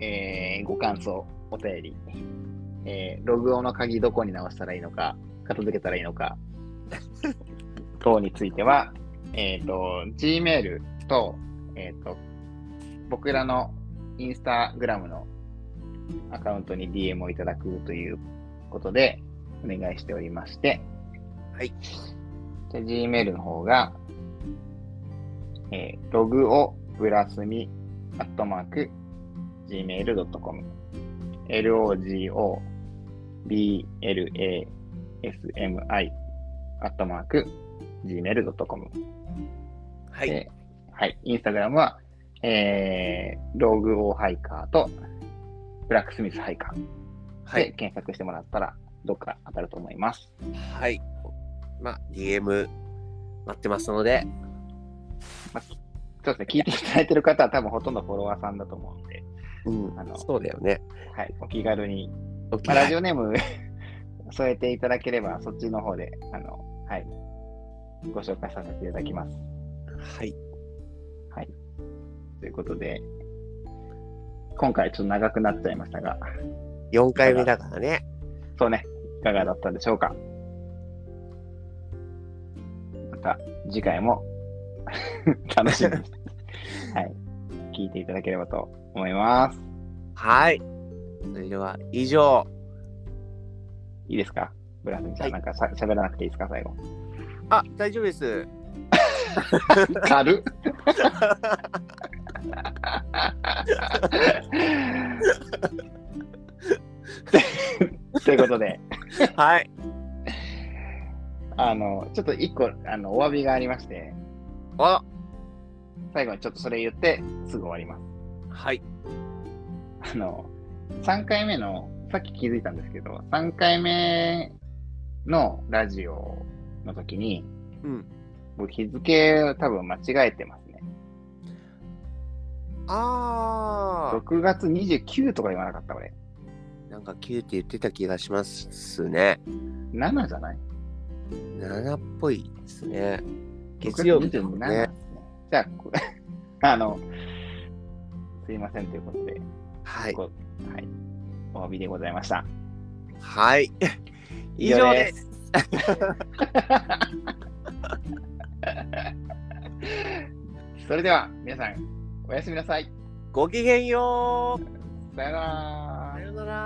[SPEAKER 1] えーご感想、お便り、えーログオの鍵どこに直したらいいのか、片付けたらいいのか、等については、えっ、と、Gmail と、えっ、と、僕らのインスタグラムのアカウントに DM をいただくということで、お願いしておりまして、
[SPEAKER 2] はい。
[SPEAKER 1] で、Gmail の方が、えーログをブラスミアットマーク gmail.com logo blasmi アットマーク gmail.com
[SPEAKER 2] はい。
[SPEAKER 1] ではい、インスタグラムは、えー、ログオハイカーとブラックスミスハイカー
[SPEAKER 2] は
[SPEAKER 1] で
[SPEAKER 2] い。
[SPEAKER 1] 検索してもらったらどっか当たると思います。
[SPEAKER 2] はい。まあ、DM 待ってますので、
[SPEAKER 1] そうですね、聞いていただいてる方は多分ほとんどフォロワーさんだと思うんで、
[SPEAKER 2] うん
[SPEAKER 1] あの
[SPEAKER 2] そうだよね。
[SPEAKER 1] はい、お気軽に
[SPEAKER 2] お
[SPEAKER 1] まあ、ラジオネーム 添えていただければ、そっちの方で、あの、はい、ご紹介させていただきます。
[SPEAKER 2] はい。
[SPEAKER 1] ということで、今回ちょっと長くなっちゃいましたが、
[SPEAKER 2] 4回目だからね。
[SPEAKER 1] そうね、いかがだったでしょうか。また次回も 楽 しみにして、はい、聞いていただければと思います。
[SPEAKER 2] はい。それでは、以上。
[SPEAKER 1] いいですかブラスミさん、
[SPEAKER 2] はい
[SPEAKER 1] なんかしゃ喋らなくていいですか最後。
[SPEAKER 2] あ、大丈夫 です。
[SPEAKER 1] 軽っということで、
[SPEAKER 2] はい。
[SPEAKER 1] あの、ちょっと一個、あの、お詫びがありまして、
[SPEAKER 2] あ、
[SPEAKER 1] 最後にちょっとそれ言って、すぐ終わりま
[SPEAKER 2] はい。
[SPEAKER 1] す。あの、3回目の、さっき気づいたんですけど、3回目のラジオの時に、
[SPEAKER 2] うん。
[SPEAKER 1] 僕日付を多分間違えてますね。
[SPEAKER 2] あー。
[SPEAKER 1] 6月29とか言わなかった、俺。
[SPEAKER 2] なんか、キューって言ってた気がしますね。
[SPEAKER 1] 7じゃない
[SPEAKER 2] 7っぽいですね。
[SPEAKER 1] 月
[SPEAKER 2] 月
[SPEAKER 1] 曜
[SPEAKER 2] 曜
[SPEAKER 1] 日
[SPEAKER 2] 日
[SPEAKER 1] で
[SPEAKER 2] だ
[SPEAKER 1] も
[SPEAKER 2] もん
[SPEAKER 1] ね
[SPEAKER 2] ね。。
[SPEAKER 1] じゃあこ、 あの、すいませんということで、
[SPEAKER 2] はい。
[SPEAKER 1] こはい、お詫びでございました。
[SPEAKER 2] はい。 以上です。
[SPEAKER 1] す。それでは、皆さん、おやすみなさい。
[SPEAKER 2] ごきげんよう。
[SPEAKER 1] さよなら
[SPEAKER 2] さ。ようなら。